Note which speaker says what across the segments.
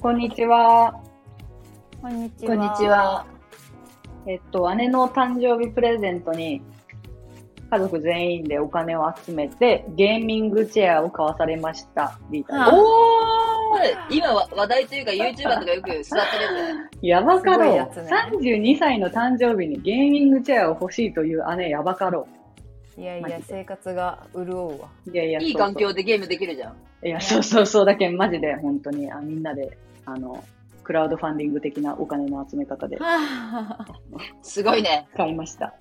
Speaker 1: こんにちは。
Speaker 2: こんにち
Speaker 1: こ
Speaker 2: は。
Speaker 1: んにちは。えっと、姉の誕生日プレゼントに、家族全員でお金を集めて、ゲーミングチェアを買わされました。リータです
Speaker 2: は
Speaker 3: おー今は話題というか YouTuber とかよく座 ってるや
Speaker 1: やばか
Speaker 2: すごい
Speaker 1: ろ
Speaker 2: や
Speaker 1: う、
Speaker 2: つね
Speaker 1: 32歳の誕生日にゲーミングチェアを欲しいという姉、やばかろ
Speaker 2: いやい
Speaker 1: マジ
Speaker 2: や
Speaker 1: で、
Speaker 2: 生活が潤 うわ。
Speaker 1: う。いやいや、
Speaker 3: つ。いい
Speaker 1: そうそう
Speaker 3: 環境でゲームできるじゃん。
Speaker 1: いや、そうそうそう、だけどマジで、本当に、あみんなで、あの、クラウドファンディング的なお金の集め方で
Speaker 3: すごいね。
Speaker 1: 買いました。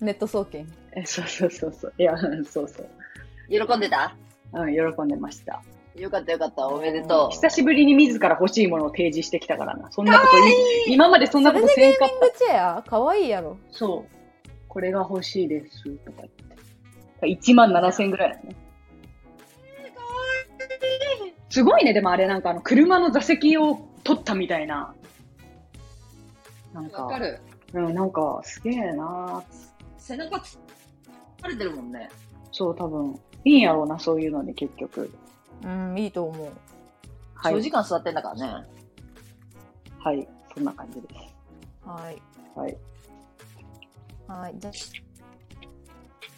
Speaker 2: ネット送金。
Speaker 1: えそうそうそうそう。いや、うんそうそう。
Speaker 3: 喜んでた
Speaker 1: うん、喜んでました。
Speaker 3: よかったよかった。おめでとう。
Speaker 1: 久しぶりに自ら欲しいものを提示してきたからな。そんなことい今までそんなことせんかっ
Speaker 2: キングチェア可愛いやろ。
Speaker 1: た。そう。これが欲しいです、とか言って。1万7000円ぐらいだね。すごいね、でもあれなんかあの、車の座席を取ったみたいな。なんか、
Speaker 3: わかる。
Speaker 1: うん、なんか、すげえな
Speaker 3: 背中つ垂れてるもんね。
Speaker 1: そう、多分、いいんやろうな、そういうのに結局。
Speaker 2: うん、いいと思う。
Speaker 1: は
Speaker 3: 長
Speaker 1: い
Speaker 3: 時。間座ってんだからね。
Speaker 1: はい、そんな感じです。
Speaker 2: はい。
Speaker 1: はい。
Speaker 2: はい。じゃあ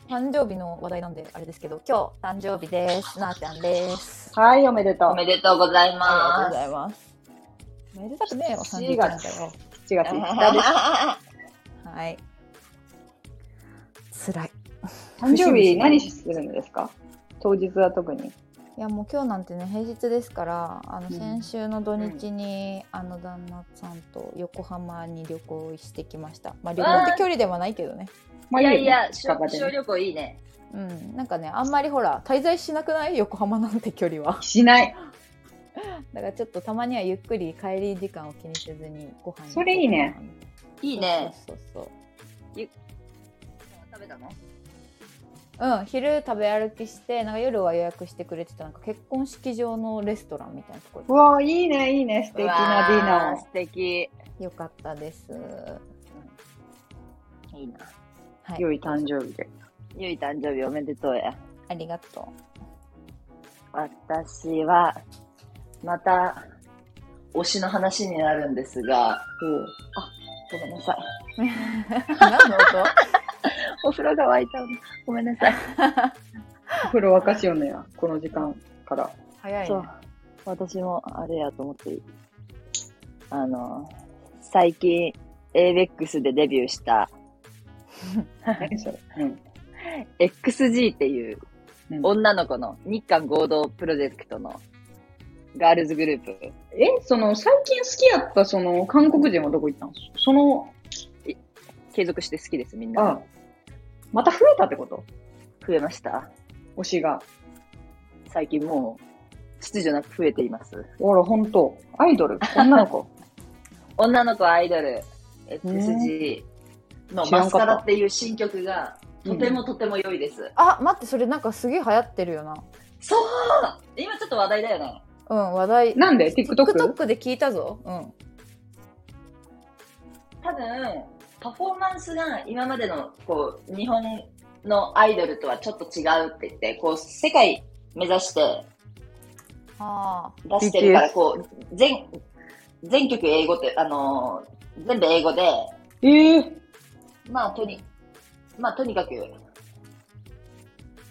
Speaker 2: 誕生日の話題なんで、あれですけど、今日誕生日です。なあちゃんです。
Speaker 1: はい、おめでとう。
Speaker 3: おめでとうござい
Speaker 2: ありがとう
Speaker 3: ま
Speaker 2: ございます。おめでたくねえわ、
Speaker 1: 4
Speaker 2: 31
Speaker 1: 月
Speaker 2: だよ。
Speaker 1: 7月5日です。
Speaker 3: す。
Speaker 2: はい。辛い。
Speaker 1: 誕生日何するんですか当日は特に。
Speaker 2: いやもう今日なんてね平日ですからあの
Speaker 1: うん
Speaker 2: 先週の土日に、あの旦那さんと横浜に旅行してきましたまあ旅行って距離ではないけどね
Speaker 1: ま
Speaker 3: いやい
Speaker 1: よ
Speaker 3: や、
Speaker 1: ね
Speaker 3: 小
Speaker 1: 近場でね
Speaker 3: 小旅行いいね。
Speaker 2: うんなんかねあんまりほら滞在しなくない横浜なんて距離 は
Speaker 1: しない。
Speaker 2: だからちょっとたまにはゆっくり帰り時間を気にせずにご飯に
Speaker 1: それいいね
Speaker 3: い
Speaker 2: い
Speaker 3: いね。
Speaker 2: そうそうそう
Speaker 3: 食べたの
Speaker 2: うん昼食べ歩きしてなんか夜は予約してくれてたなんか結婚式場のレストランみたいなとこ
Speaker 1: う
Speaker 2: ろ
Speaker 1: わあ、いいね、いいね。素敵なディナ
Speaker 3: う
Speaker 1: ー
Speaker 3: わ素敵。
Speaker 2: よかったです
Speaker 3: いいな。
Speaker 2: は
Speaker 1: を。
Speaker 2: い
Speaker 1: 良い誕生日で。
Speaker 3: ゆい誕生日おめでとうや。
Speaker 2: ありがと
Speaker 3: 私は、また、推しの話になるんですが、ごめんなさい。
Speaker 2: う何の音
Speaker 3: お風呂が沸いたの。ごめんなさい。
Speaker 1: お風呂沸かしようねや、この時間から。
Speaker 2: 早い
Speaker 3: そ
Speaker 2: ね
Speaker 3: う。私もあれやと思って、あの、最近、ABEX でデビューした
Speaker 1: 何それ。うん。
Speaker 3: XG っていう
Speaker 1: うん
Speaker 3: 女の子の日韓合同プロジェクトのガールズグループ。
Speaker 1: え、その、最近好きやった、その、韓国人はどこ行ったのその、
Speaker 3: 継続して好きです、みんな
Speaker 1: あ。、また増えたってこと
Speaker 3: 増えました。
Speaker 1: 推しが。
Speaker 3: 最近もう、秩序なく増えています。
Speaker 1: ほら、ほんと。アイドル。女の子。
Speaker 3: 女の子アイドル XG の
Speaker 1: 知らんかった
Speaker 3: マスカラっていう新曲がとてもとても良いです。
Speaker 2: あ待ってそれなんかすげえ流行ってるよな
Speaker 3: そう今ちょっと話題だよね。
Speaker 2: うん話題
Speaker 1: なんで ?TikTok?
Speaker 2: TikTok で聞いたぞうん
Speaker 3: 多分、パフォーマンスが今までのこう日本のアイドルとはちょっと違うって言って、こう世界目指して
Speaker 2: は
Speaker 3: 出してるから、
Speaker 1: BTS
Speaker 3: こう全、全曲英語って、あのー全部英語で、
Speaker 1: ええ
Speaker 3: まあとに、まあとにかく、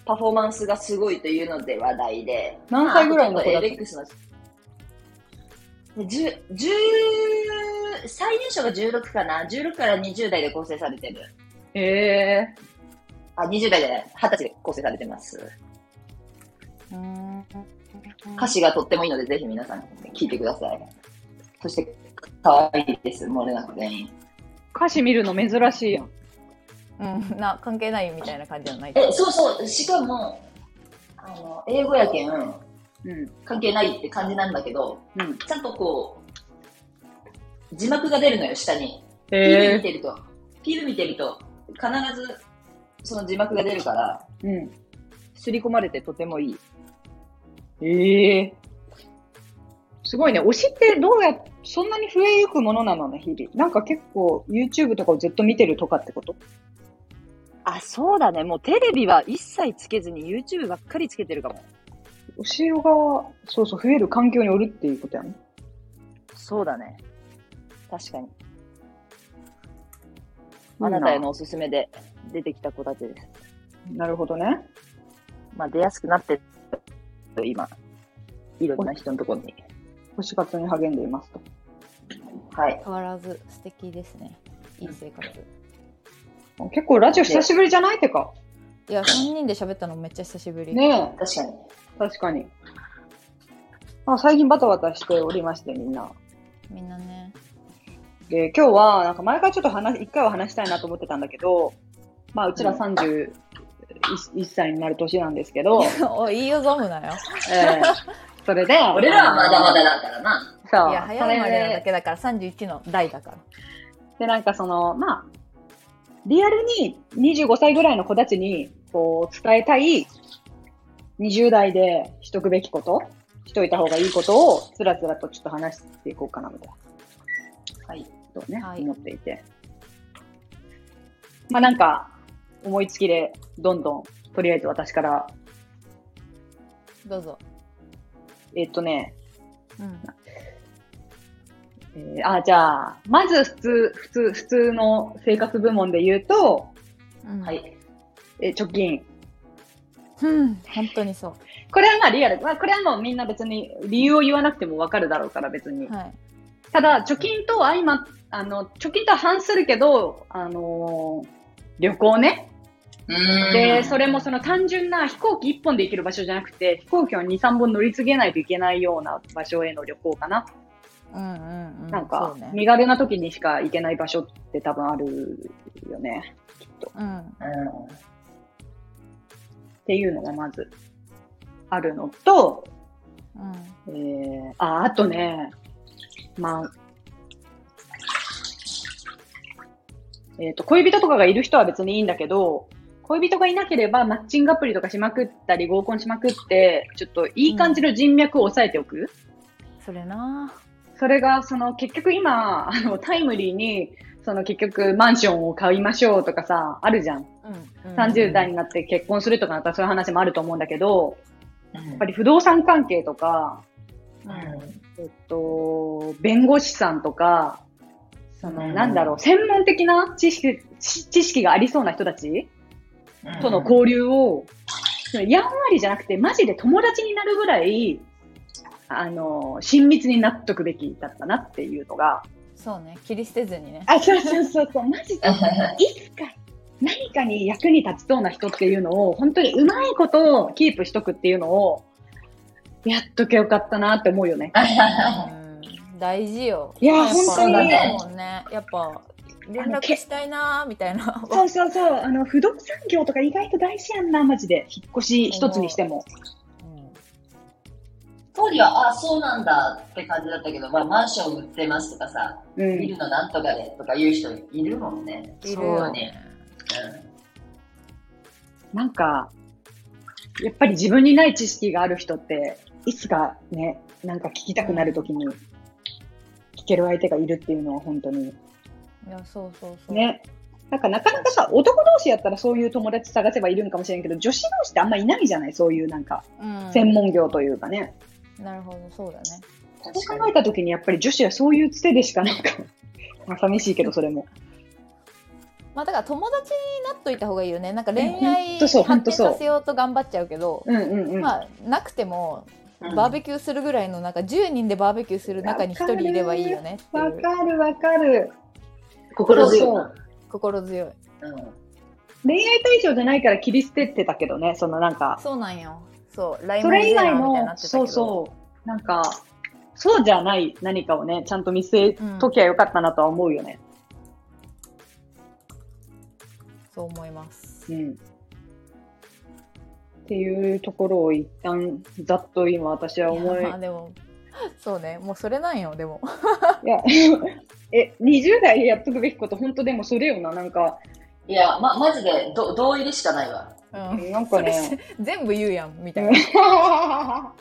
Speaker 3: パフォーマンスがすごいというので話題で。
Speaker 1: 何歳ぐらいの子だ
Speaker 3: だ
Speaker 1: っ
Speaker 3: ったた ?LX の。十、十、最年少が16かな ?16 から20代で構成されてる。
Speaker 1: ええ
Speaker 3: あ、20代じゃない。20歳で構成されてます。
Speaker 2: あうん
Speaker 3: 歌詞がとってもいいので、ぜひ皆さん聞いてください。そして、可愛いです。漏れなく全員。
Speaker 1: 歌詞見るの珍しいやん。
Speaker 2: うんな関係ないみたいな感じじゃない
Speaker 3: え、そうそう。しかも、あの、英語やけん、
Speaker 1: うん。
Speaker 3: 関係ないって感じなんだけど、
Speaker 1: うん。
Speaker 3: ちゃんとこう、字幕が出るのよ、下に。
Speaker 1: え
Speaker 3: PV 見
Speaker 1: え
Speaker 3: てると。PV 見てると、必ずその字幕が出るから、
Speaker 1: うん。
Speaker 3: 刷り込まれてとてもいい。
Speaker 1: ええすごいね。推しってどうやっそんなに増えゆくものなのね、日々。なんか結構 YouTube とかをずっと見てるとかってこと
Speaker 3: あ、そうだね。もうテレビは一切つけずに YouTube ばっかりつけてるかも。
Speaker 1: 推しが、そうそう、増える環境におるっていうことやね。
Speaker 3: そうだね。確かに。あなたへのおすすめで出てきた子たちです。
Speaker 1: なるほどね。
Speaker 3: まあ、出やすくなってる、今。いろんな人のところに。
Speaker 1: 推し活に励んでいますと。
Speaker 3: はい。
Speaker 2: 変わらず素敵ですね。いい生活。
Speaker 1: 結構ラジオ久しぶりじゃないってか。
Speaker 2: いや、3人で喋ったのめっちゃ久しぶり。
Speaker 1: ねえ、
Speaker 3: 確かに。
Speaker 1: 確かに。あ最近バタバタしておりまして、みんな。
Speaker 2: みんなね。
Speaker 1: で、今日は、なんか前からちょっと話、一回は話したいなと思ってたんだけど、まあ、うちら31歳になる年なんですけど、
Speaker 2: おい、言いよぞむなよ。
Speaker 1: ええそれで、
Speaker 3: 俺らはまだまだだからな。
Speaker 1: そう。
Speaker 2: いや、
Speaker 1: そ
Speaker 2: 早
Speaker 1: れ
Speaker 2: 生まれなだ
Speaker 1: で、
Speaker 2: けだから、31の代だから。
Speaker 1: で、なんかその、まあ、リアルに25歳ぐらいの子たちに、こう、伝えたい、20代でしとくべきこと、しといた方がいいことを、つらつらとちょっと話していこうかな、みたいな。はい。とね、
Speaker 2: はい
Speaker 1: 思っていて。まあなんか、思いつきで、どんどん、とりあえず私から、
Speaker 2: どうぞ。
Speaker 1: えっとね、
Speaker 2: うん。
Speaker 1: えーあ、じゃあ、まず普通、普通、普通の生活部門で言うと、
Speaker 2: うん、
Speaker 3: は。い。
Speaker 1: えー貯金。
Speaker 2: うん、本当にそ
Speaker 1: これはまあリアル。まあ、これはもうみんな別に理由を言わなくてもわかるだろうから別に。
Speaker 2: う。はい。
Speaker 1: ただ、貯金とは今、あの、貯金とは反するけど、あのー旅行ね。
Speaker 3: う
Speaker 1: で、それもその単純な飛行機1本で行ける場所じゃなくて、飛行機を2、3本乗り継げないといけないような場所への旅行かな。
Speaker 2: うんうんうん。
Speaker 1: なん
Speaker 2: そ
Speaker 1: か
Speaker 2: う、ね。
Speaker 1: 身軽な時にしか行けない場所って多分あるよね。
Speaker 2: うん。
Speaker 3: うん。
Speaker 1: っていうのがまず、あるのと、
Speaker 2: うん。
Speaker 1: えー、あ、あとね、まあ、えっ、と、恋人とかがいる人は別にいいんだけど、恋人がいなければマッチングアプリとかしまくったり合コンしまくって、ちょっといい感じの人脈を抑えておく。
Speaker 2: それな
Speaker 1: それが、その結局今、あの、タイムリーに、その結局マンションを買いましょうとかさ、あるじゃん。
Speaker 2: うん。
Speaker 1: 30代になって結婚するとかなったらそういう話もあると思うんだけど、
Speaker 3: や
Speaker 1: やっぱり不動産関係とか、
Speaker 2: うん。
Speaker 1: えっと、弁護士さんとか、その、
Speaker 3: うん
Speaker 1: なんだろう、専門的な知識、知知識がありそうな人たちとの交流を、そのやんわりじゃなくて、マジで友達になるぐらい、あの、親密になっとくべきだったなっていうのが、
Speaker 2: そうね。切り捨てずにね。
Speaker 1: あ、そうそうそうそう、マジで、いつか何かに役に立ちそうな人っていうのを、本当にうまいことをキープしとくっていうのを、やっとけよかったなって思うよね。
Speaker 2: うん大事よ。
Speaker 1: いや
Speaker 2: まあ
Speaker 1: 本
Speaker 3: 当に
Speaker 2: やっぱそうだもんね。やっぱ、連絡したいなーみたいな。
Speaker 1: そうそうそう、あの不動産業とか意外と大事やんな、マジで。引っ越し一つにしても。
Speaker 2: うん
Speaker 3: 当時は、あ、そうなんだって感じだったけど、まあ、マンション売ってますとかさ、
Speaker 1: う
Speaker 3: ビ
Speaker 1: ん。
Speaker 3: ルのなんとかでとか言う人いるもんね。
Speaker 2: いるよ
Speaker 3: ね。
Speaker 2: ね。
Speaker 1: なんか、やっぱり自分にない知識がある人って、いつかね、なんか聞きたくなるときに、聞ける相手がいるっていうのは本当に。
Speaker 2: いや、そうそうそう。
Speaker 1: ね。なんかなかなかさ、男同士やったらそういう友達探せばいるんかもしれんけど、女子同士ってあんまいないじゃないそういうなんか、
Speaker 2: うん。
Speaker 1: 専門業というかね。
Speaker 2: なるほど、そうだね。
Speaker 3: うん
Speaker 1: そう考えたときにやっぱり女子はそういうつてでしかなんか、 まあ寂しいけどそれも。
Speaker 2: まあだから友達になっといた方がいいよね。なんか恋
Speaker 1: ほん
Speaker 2: 愛
Speaker 1: とそうほん
Speaker 2: 発
Speaker 1: と
Speaker 2: 展
Speaker 1: そう
Speaker 2: させようと頑張っちゃうけど、
Speaker 1: うんうんうん。
Speaker 2: まあなくてもバーベキューするぐらいのなんか10人でバーベキューする中に1人いればいいよねって
Speaker 1: わ
Speaker 2: いう
Speaker 1: かるわかる。
Speaker 3: 心強いな。
Speaker 2: 心強い。
Speaker 3: うん
Speaker 1: 恋愛対象じゃないから切り捨ててたけどね、そのなんか、
Speaker 2: そうなんよ。そう、ライ
Speaker 1: そ
Speaker 2: ブ
Speaker 1: れ以外
Speaker 2: みたいにな
Speaker 1: の
Speaker 2: っ、てたけ
Speaker 1: そ
Speaker 2: ど。
Speaker 1: うそう、なんか、そうじゃない何かをね、ちゃんと見据えときゃよかったなとは思うよね。
Speaker 2: そう思います。
Speaker 1: うん。っていうところを一旦、ざっと今私は思い、
Speaker 2: いやまあでも、そうね、もうそれなんよ、でも。
Speaker 1: いや、え、20代でやっとくべきこと、本当でもそれよな、なんか、
Speaker 3: いや、ま、マジで、ど、同意でしかないわ。
Speaker 2: うん、
Speaker 1: なんか
Speaker 2: そ
Speaker 1: ね、
Speaker 2: 全部言うやん、みたいな。
Speaker 1: あ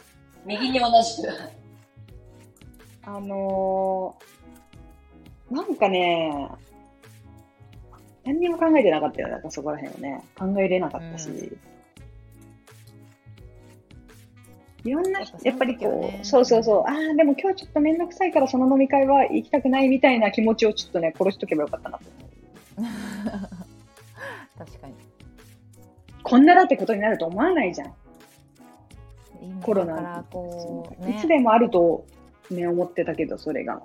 Speaker 3: 右に同じく。
Speaker 1: のー、なんかね、何にも考えてなかったよね、なんかそこら辺をね。考えれなかったし。
Speaker 2: う
Speaker 1: いろんな人、
Speaker 2: や
Speaker 1: や
Speaker 2: っ
Speaker 1: っ
Speaker 2: ぱ
Speaker 1: ぱり
Speaker 2: その時はね
Speaker 1: こう、そうそうそう、ああ、でも今日はちょっとめんどくさいからその飲み会は行きたくないみたいな気持ちをちょっとね、殺しとけばよかったなと。
Speaker 2: 確かに
Speaker 1: こんなだってことになると思わないじゃん。
Speaker 2: 今
Speaker 1: コロナ
Speaker 2: だからこう
Speaker 1: いつ
Speaker 2: ね
Speaker 1: でもあると、ね、思ってたけど、それが。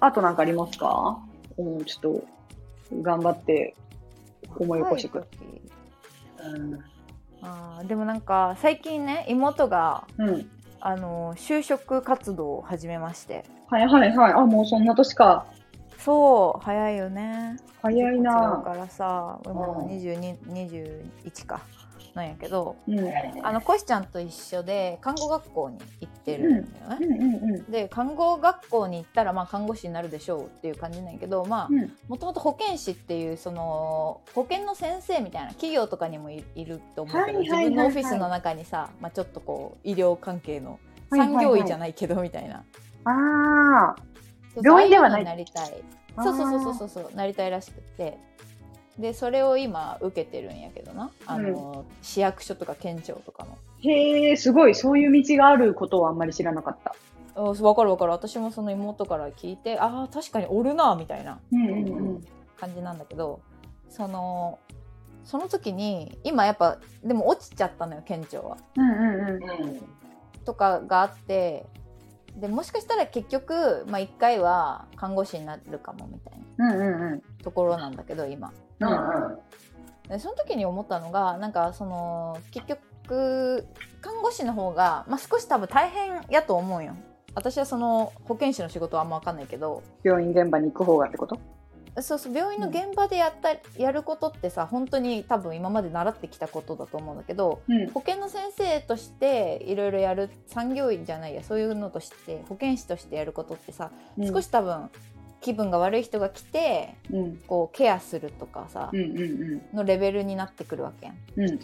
Speaker 1: あとなんかありますかうん、ちょっと、頑張って、思い起こしてくる。
Speaker 2: 若い時
Speaker 1: うん。
Speaker 2: あーでもなんか最近ね妹が
Speaker 1: うん。
Speaker 2: あの就職活動を始めまして
Speaker 1: はいはいはい。あ、もうそんな年か。
Speaker 2: そう早いよね
Speaker 1: 早い
Speaker 2: だ
Speaker 1: な
Speaker 2: からさ今
Speaker 3: う
Speaker 2: も
Speaker 3: ん
Speaker 2: 2221かなんやけど
Speaker 1: うん。うん
Speaker 2: あのコシちゃんと一緒で看護学校に行ってるんだよね、
Speaker 1: うんうん。
Speaker 2: で看護学校に行ったらまあ看護師になるでしょうっていう感じなんやけどまあ
Speaker 1: うん。
Speaker 2: もともと保健師っていうその保健の先生みたいな企業とかにもいいると思うけど、
Speaker 1: はいはいはいはい
Speaker 2: 自分のオフィスの中にさ、まあ、ちょっとこう医療関係の
Speaker 1: はいはいは
Speaker 2: 産
Speaker 1: い
Speaker 2: 業医じゃないけどみたいな、
Speaker 1: ああ。
Speaker 2: そうそう
Speaker 1: 病院ではない
Speaker 2: ああうのになりたいそうそうそうそうそうそうなりたいらしくてでそれを今受けてるんやけどなあの、市役所とか県庁とかの。
Speaker 1: へえ、すごい。そういう道があることはあんまり知らなかった。
Speaker 2: あそうわかるわかる私もその妹から聞いてああ確かにおるなみたいな
Speaker 1: うん
Speaker 3: うんうん
Speaker 2: 感じなんだけどそのその時に今やっぱでも落ちちゃったのよ県庁は。
Speaker 1: うんうん
Speaker 3: うん。
Speaker 2: とかがあってでもしかしたら結局、まあ、1回は看護師になるかもみたいな
Speaker 1: うんうんうんうん
Speaker 2: ところなんだけど今。
Speaker 1: う
Speaker 3: うんん。
Speaker 2: でその時に思ったのがなんかその結局看護師の方が、まあ、少し多分大変やと思うんよ。私はその保健師の仕事はあんま分かんないけど
Speaker 1: 病院現場に行く方がってこと
Speaker 2: そうそう病院の現場でやった、やることってさ本当に多分今まで習ってきたことだと思うんだけど
Speaker 1: うん
Speaker 2: 保健の先生としていろいろやる産業医じゃないやそういうのとして保健師としてやることってさ、少し多分気分が悪い人が来て
Speaker 1: うんうん
Speaker 2: こうケアするとかさ
Speaker 1: う、んうん
Speaker 2: のレベルになってくるわけやん
Speaker 1: うん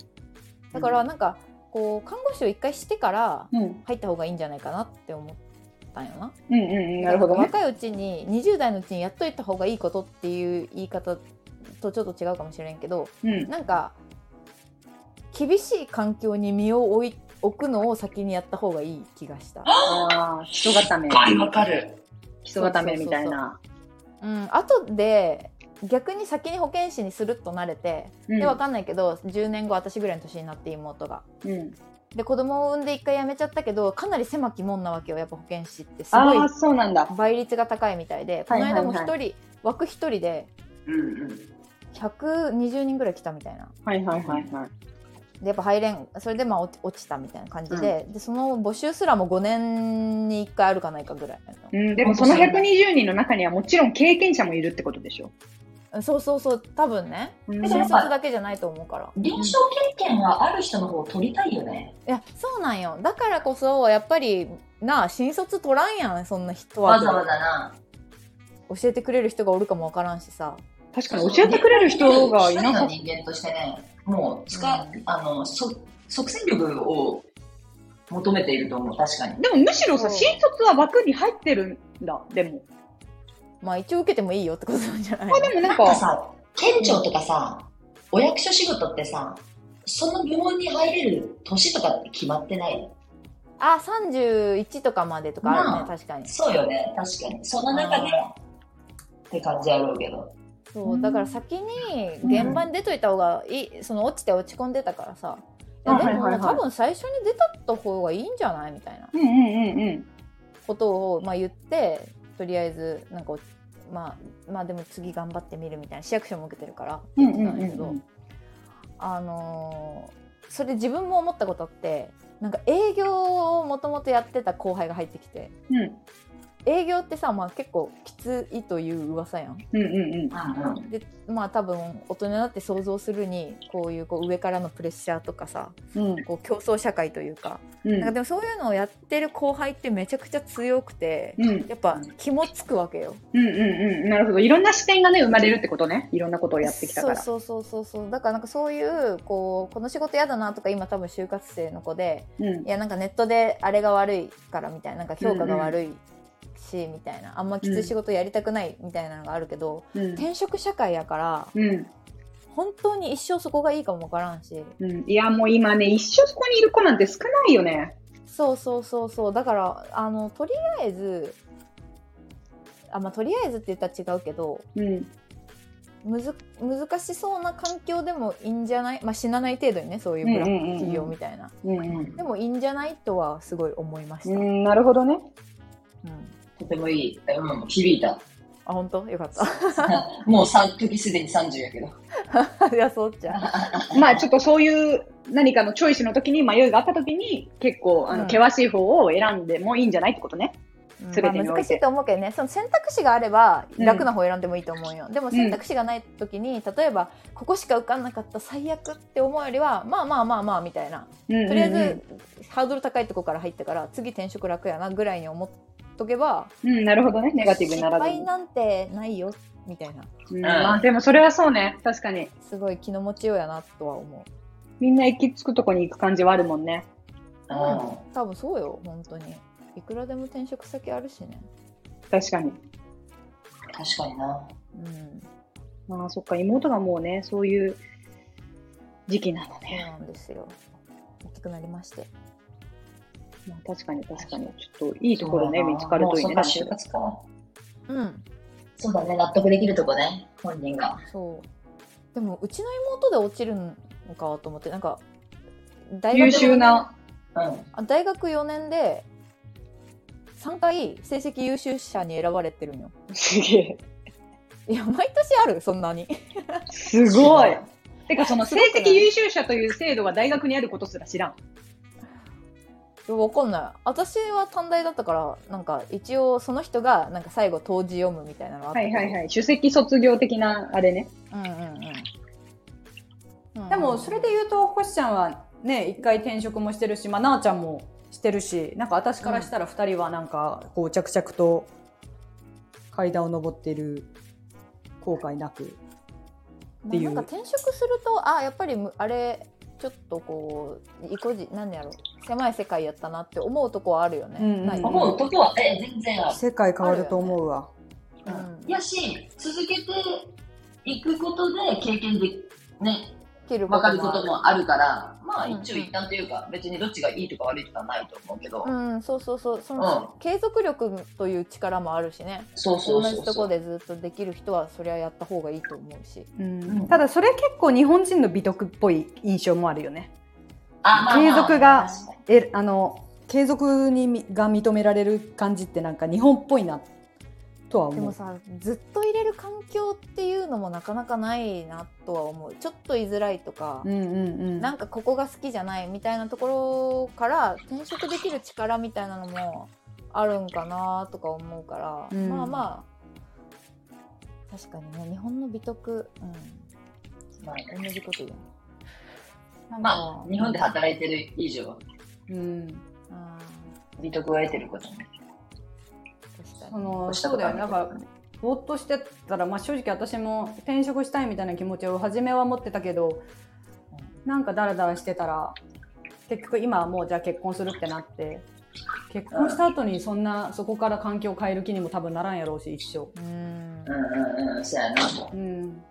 Speaker 2: だから
Speaker 3: うん
Speaker 2: なんかこう看護師を一回してから
Speaker 1: うん
Speaker 2: 入った方がいいんじゃないかなって思ったんよな。
Speaker 1: うんうんなるほどね
Speaker 2: 若いうちに20代のうちにやっといた方がいいことっていう言い方とちょっと違うかもしれんけど
Speaker 1: うん
Speaker 2: なんか厳しい環境に身を置い置くのを先にやった方がいい気が した。
Speaker 1: ああ人固め
Speaker 3: はい、わかる。
Speaker 1: 人固めみたいな
Speaker 2: うん、後で逆に先に保健師にするっと慣れて、
Speaker 1: うん
Speaker 2: でわかんないけど10年後私ぐらいの年になって妹が
Speaker 1: うん
Speaker 2: で子供を産んで一回辞めちゃったけどかなり狭き門なわけよやっぱ保健師ってすごい
Speaker 1: ああそうなんだ
Speaker 2: 倍率が高いみたいでこの間も一人、
Speaker 1: は
Speaker 2: 枠一人で
Speaker 3: うんうん。
Speaker 2: 120人ぐらい来たみたいな
Speaker 1: はいはいはいはい
Speaker 2: でやっぱ入れんそれでまあ落ち落ちたみたいな感じで,、でその募集すらも5年に1回あるかないかぐらいの
Speaker 1: うんでもその120人の中にはもちろん経験者もいるってことでしょ
Speaker 2: うんそうそうそう多分ね
Speaker 1: うん
Speaker 2: で
Speaker 3: そ
Speaker 2: 新
Speaker 3: れ
Speaker 2: 卒だけじゃないと思うから
Speaker 3: 臨床経験はある人の方を取りたいよね。
Speaker 2: いやそうなんよだからこそやっぱりなあ新卒取らんやんそんな人
Speaker 3: わ
Speaker 2: は
Speaker 3: ざわざな。
Speaker 2: 教えてくれる人がおるかもわからんしさ
Speaker 1: 確かに教えてくれる人がいなか
Speaker 3: 一
Speaker 1: っ
Speaker 3: 人の人間としてね、もう、つか、あの、そ即戦力を求めていると思う、確かに
Speaker 1: た。でもむしろさ
Speaker 2: そう
Speaker 1: 新卒は枠に入ってるんだでも
Speaker 2: まあ一応受けてもいいよってことなんじゃない
Speaker 1: あでもなん
Speaker 3: なん
Speaker 1: か
Speaker 3: かさ、県庁とかさ、お役所仕事ってさ、その部門に入れる年とかって決まってない
Speaker 2: あ31とかまでとかあるね、
Speaker 3: まあ
Speaker 2: 確かに
Speaker 3: そうよね、確かに。その中で、って感じやろうけど。
Speaker 2: そううんだから先に現場に出といた方がいい、その落ちて落ち込んでたからさいや
Speaker 1: あ
Speaker 2: で
Speaker 1: はい
Speaker 2: も
Speaker 1: はいはい
Speaker 2: 多分最初に出たった方がいいんじゃないみたいな
Speaker 1: うんうんうんうん
Speaker 2: ことを、まあ、言ってとりあえずなんか、まあ、まあでも次頑張ってみるみたいな市役所も受けてるからって
Speaker 1: うん
Speaker 2: 言っ
Speaker 1: う
Speaker 2: て
Speaker 1: ん
Speaker 2: たんだけど、
Speaker 1: うんうん
Speaker 2: あのーそれ自分も思ったことあってなんか営業をもともとやってた後輩が入ってきて
Speaker 1: うん
Speaker 2: 営業ってさ、まあ、結構きついという噂やん。
Speaker 1: うんうんうん
Speaker 3: うん
Speaker 2: でまあ多分大人だって想像するにこういうこう上からのプレッシャーとかさ
Speaker 1: うん
Speaker 2: こう競争社会というか
Speaker 1: うん
Speaker 2: なんかでもそういうのをやってる後輩ってめちゃくちゃ強くて
Speaker 1: うんうん
Speaker 2: やっぱ肝つくわけよ
Speaker 1: うんうんうんなるほどいろんな視点がね生まれるってことねいろんなことをやってきたから
Speaker 2: そうそうそうそうそうだからなんかそういうこうこの仕事嫌だなとか今多分就活生の子で
Speaker 1: うん
Speaker 2: いやなんかネットであれが悪いからみたいななんか評価が悪いし、みたいなあんまきつい仕事やりたくないみたいなのがあるけど、
Speaker 1: うん
Speaker 2: 転職社会やから
Speaker 1: うん
Speaker 2: 本当に一生そこがいいかもわからんし
Speaker 4: うん、いや、もう今ね、一生そこにいる子なんて少ないよね。
Speaker 2: そうそうそうそうだからあのとりあえずあまあとりあえずって言ったら違うけど
Speaker 4: うん。
Speaker 2: むず難しそうな環境でもいいんじゃない、まあ、死なない程度にねそういうブラ
Speaker 4: うんうん
Speaker 2: ッ
Speaker 4: うんうん
Speaker 2: ク企業みたいな、
Speaker 4: うん、うん。
Speaker 2: でもいいんじゃないとはすごい思いまし
Speaker 4: う
Speaker 2: た、うん
Speaker 4: ん、なるほどね。
Speaker 3: とてもいい。うん、響いた。
Speaker 2: あ本当よかっ
Speaker 3: もうさ時すでに30やけど。
Speaker 2: た いやそうっちゃ
Speaker 4: まあ、ちょっとそういう何かのチョイスの時に迷いがあった時に、結構、あの、
Speaker 2: うん
Speaker 4: 険しい方を選んでもいいんじゃないってことね。
Speaker 2: う、うん
Speaker 4: 全て
Speaker 2: まあ、
Speaker 4: において
Speaker 2: 難しいと思うけどねその選択肢があれば
Speaker 4: うん
Speaker 2: 楽な方を選んでもいいと思うよ、でも選択肢がない時に例えばここしか受かんなかった最悪って思うよりはまあまあまあまあみたいな
Speaker 4: うん
Speaker 2: とりあえず、ハードル高いとこから入ったから次転職楽やなぐらいに思っとけば
Speaker 4: うんうん、うん、なるほどね。ネガティブにならず
Speaker 2: 失敗
Speaker 4: に。
Speaker 2: なんてないよみたいな
Speaker 4: うん、まあ、でもそれはそうね。確かに。
Speaker 2: すごい気の持ちようやなとは思
Speaker 4: みんな行き着くとこに行く感じはあるもんね。
Speaker 2: う、
Speaker 3: うん
Speaker 2: うん、多分そうよ本当にいくらでも転職先あるしね
Speaker 4: 確かに。
Speaker 3: 確かにな。
Speaker 2: うん、そう
Speaker 4: まあ、そっか、妹がもうね、そういう時期なのね。
Speaker 2: なんですよ大きくなりまして
Speaker 4: まあ、確かに確かに。ちょっといいところね、
Speaker 3: そうだな
Speaker 4: 見つかるといいね。
Speaker 3: もうそうか、就活か。
Speaker 2: うん
Speaker 3: そうだね、納得できるとこね、本人が。
Speaker 2: そうでもうちの妹で落ちるのかと思ってなんか大
Speaker 4: 優秀な。
Speaker 3: うん。
Speaker 2: あ大学4年で3回成績優秀者に選ばれてるんよ
Speaker 4: すげえ。
Speaker 2: いや毎年あるそんなに
Speaker 4: すごい。てか、その
Speaker 2: す
Speaker 4: 成
Speaker 2: ごくない
Speaker 4: 績優秀者という制度が大学にあることすら知らん。
Speaker 2: わかんない私は短大だったからなんか一応その人がなんか最後当時読むみたいなのがあった
Speaker 4: は
Speaker 2: け
Speaker 4: い
Speaker 2: ど
Speaker 4: はいはい。首席卒業的な、あれね。
Speaker 2: うんうんうん
Speaker 1: でもそれで言うと星ちゃんはね一回転職もしてるし、まあ、なあちゃんもしてるしなんか私からしたら二人はなんかこう着々と階段を上ってる後悔なくっていう
Speaker 2: まあなんか転職するとあやっぱりむあれちょっとこう意固地何やろ狭い世界やったなって思うとこはあるよね、
Speaker 1: うんうん
Speaker 2: ない
Speaker 3: 思うとこは、え、全然ある。
Speaker 1: 世界変わると思うわ、
Speaker 2: うん
Speaker 3: やし、続けていくことで経験で、ね、
Speaker 2: 切る
Speaker 3: 分かる
Speaker 2: も
Speaker 3: こ
Speaker 2: あ
Speaker 3: と
Speaker 2: る
Speaker 3: もあるから、まあ
Speaker 2: うん
Speaker 3: 一応一旦というか、別にどっちがいいとか悪いとかはないと思うけど、
Speaker 2: うんそうそうそうその、継続力という力もあるしね
Speaker 3: そうそう
Speaker 2: 同
Speaker 3: そ
Speaker 2: じ
Speaker 3: う
Speaker 2: と
Speaker 3: そ
Speaker 2: こ
Speaker 3: う。
Speaker 2: でずっとできる人はそりゃやった方がいいと思うし
Speaker 1: うんただそれ結構日本人の美徳っぽい印象もあるよね
Speaker 3: あまあまあ
Speaker 1: 継続が
Speaker 3: 確かに
Speaker 1: えあの継続にみが認められる感じってなんか日本っぽいなとは
Speaker 2: で
Speaker 1: 思
Speaker 2: も
Speaker 1: う
Speaker 2: さずっと入れる環境っていうのもなかなかないなとは思うちょっと居づらいとか、
Speaker 1: うんうんうん
Speaker 2: なんかここが好きじゃないみたいなところから転職できる力みたいなのもあるんかなとか思うから、
Speaker 1: うん
Speaker 2: まあまあ確かにね日本の美徳うん
Speaker 3: まあね
Speaker 2: 同じこと言うね
Speaker 1: なんか
Speaker 3: まあ、日本で働いてる以上、
Speaker 1: うん
Speaker 2: あ
Speaker 3: 利得を得てることね。
Speaker 2: ー確か
Speaker 1: そ
Speaker 2: に
Speaker 1: のそうだよねだからぼーっとしてたら、まあ、正直私も転職したいみたいな気持ちを初めは持ってたけどなんかダラダラしてたら結局今はもうじゃあ結婚するってなって結婚した後にそんなそこから環境を変える気にも多分ならんやろうし一生。
Speaker 2: うん
Speaker 3: うんうんうん、そうやな。
Speaker 1: うん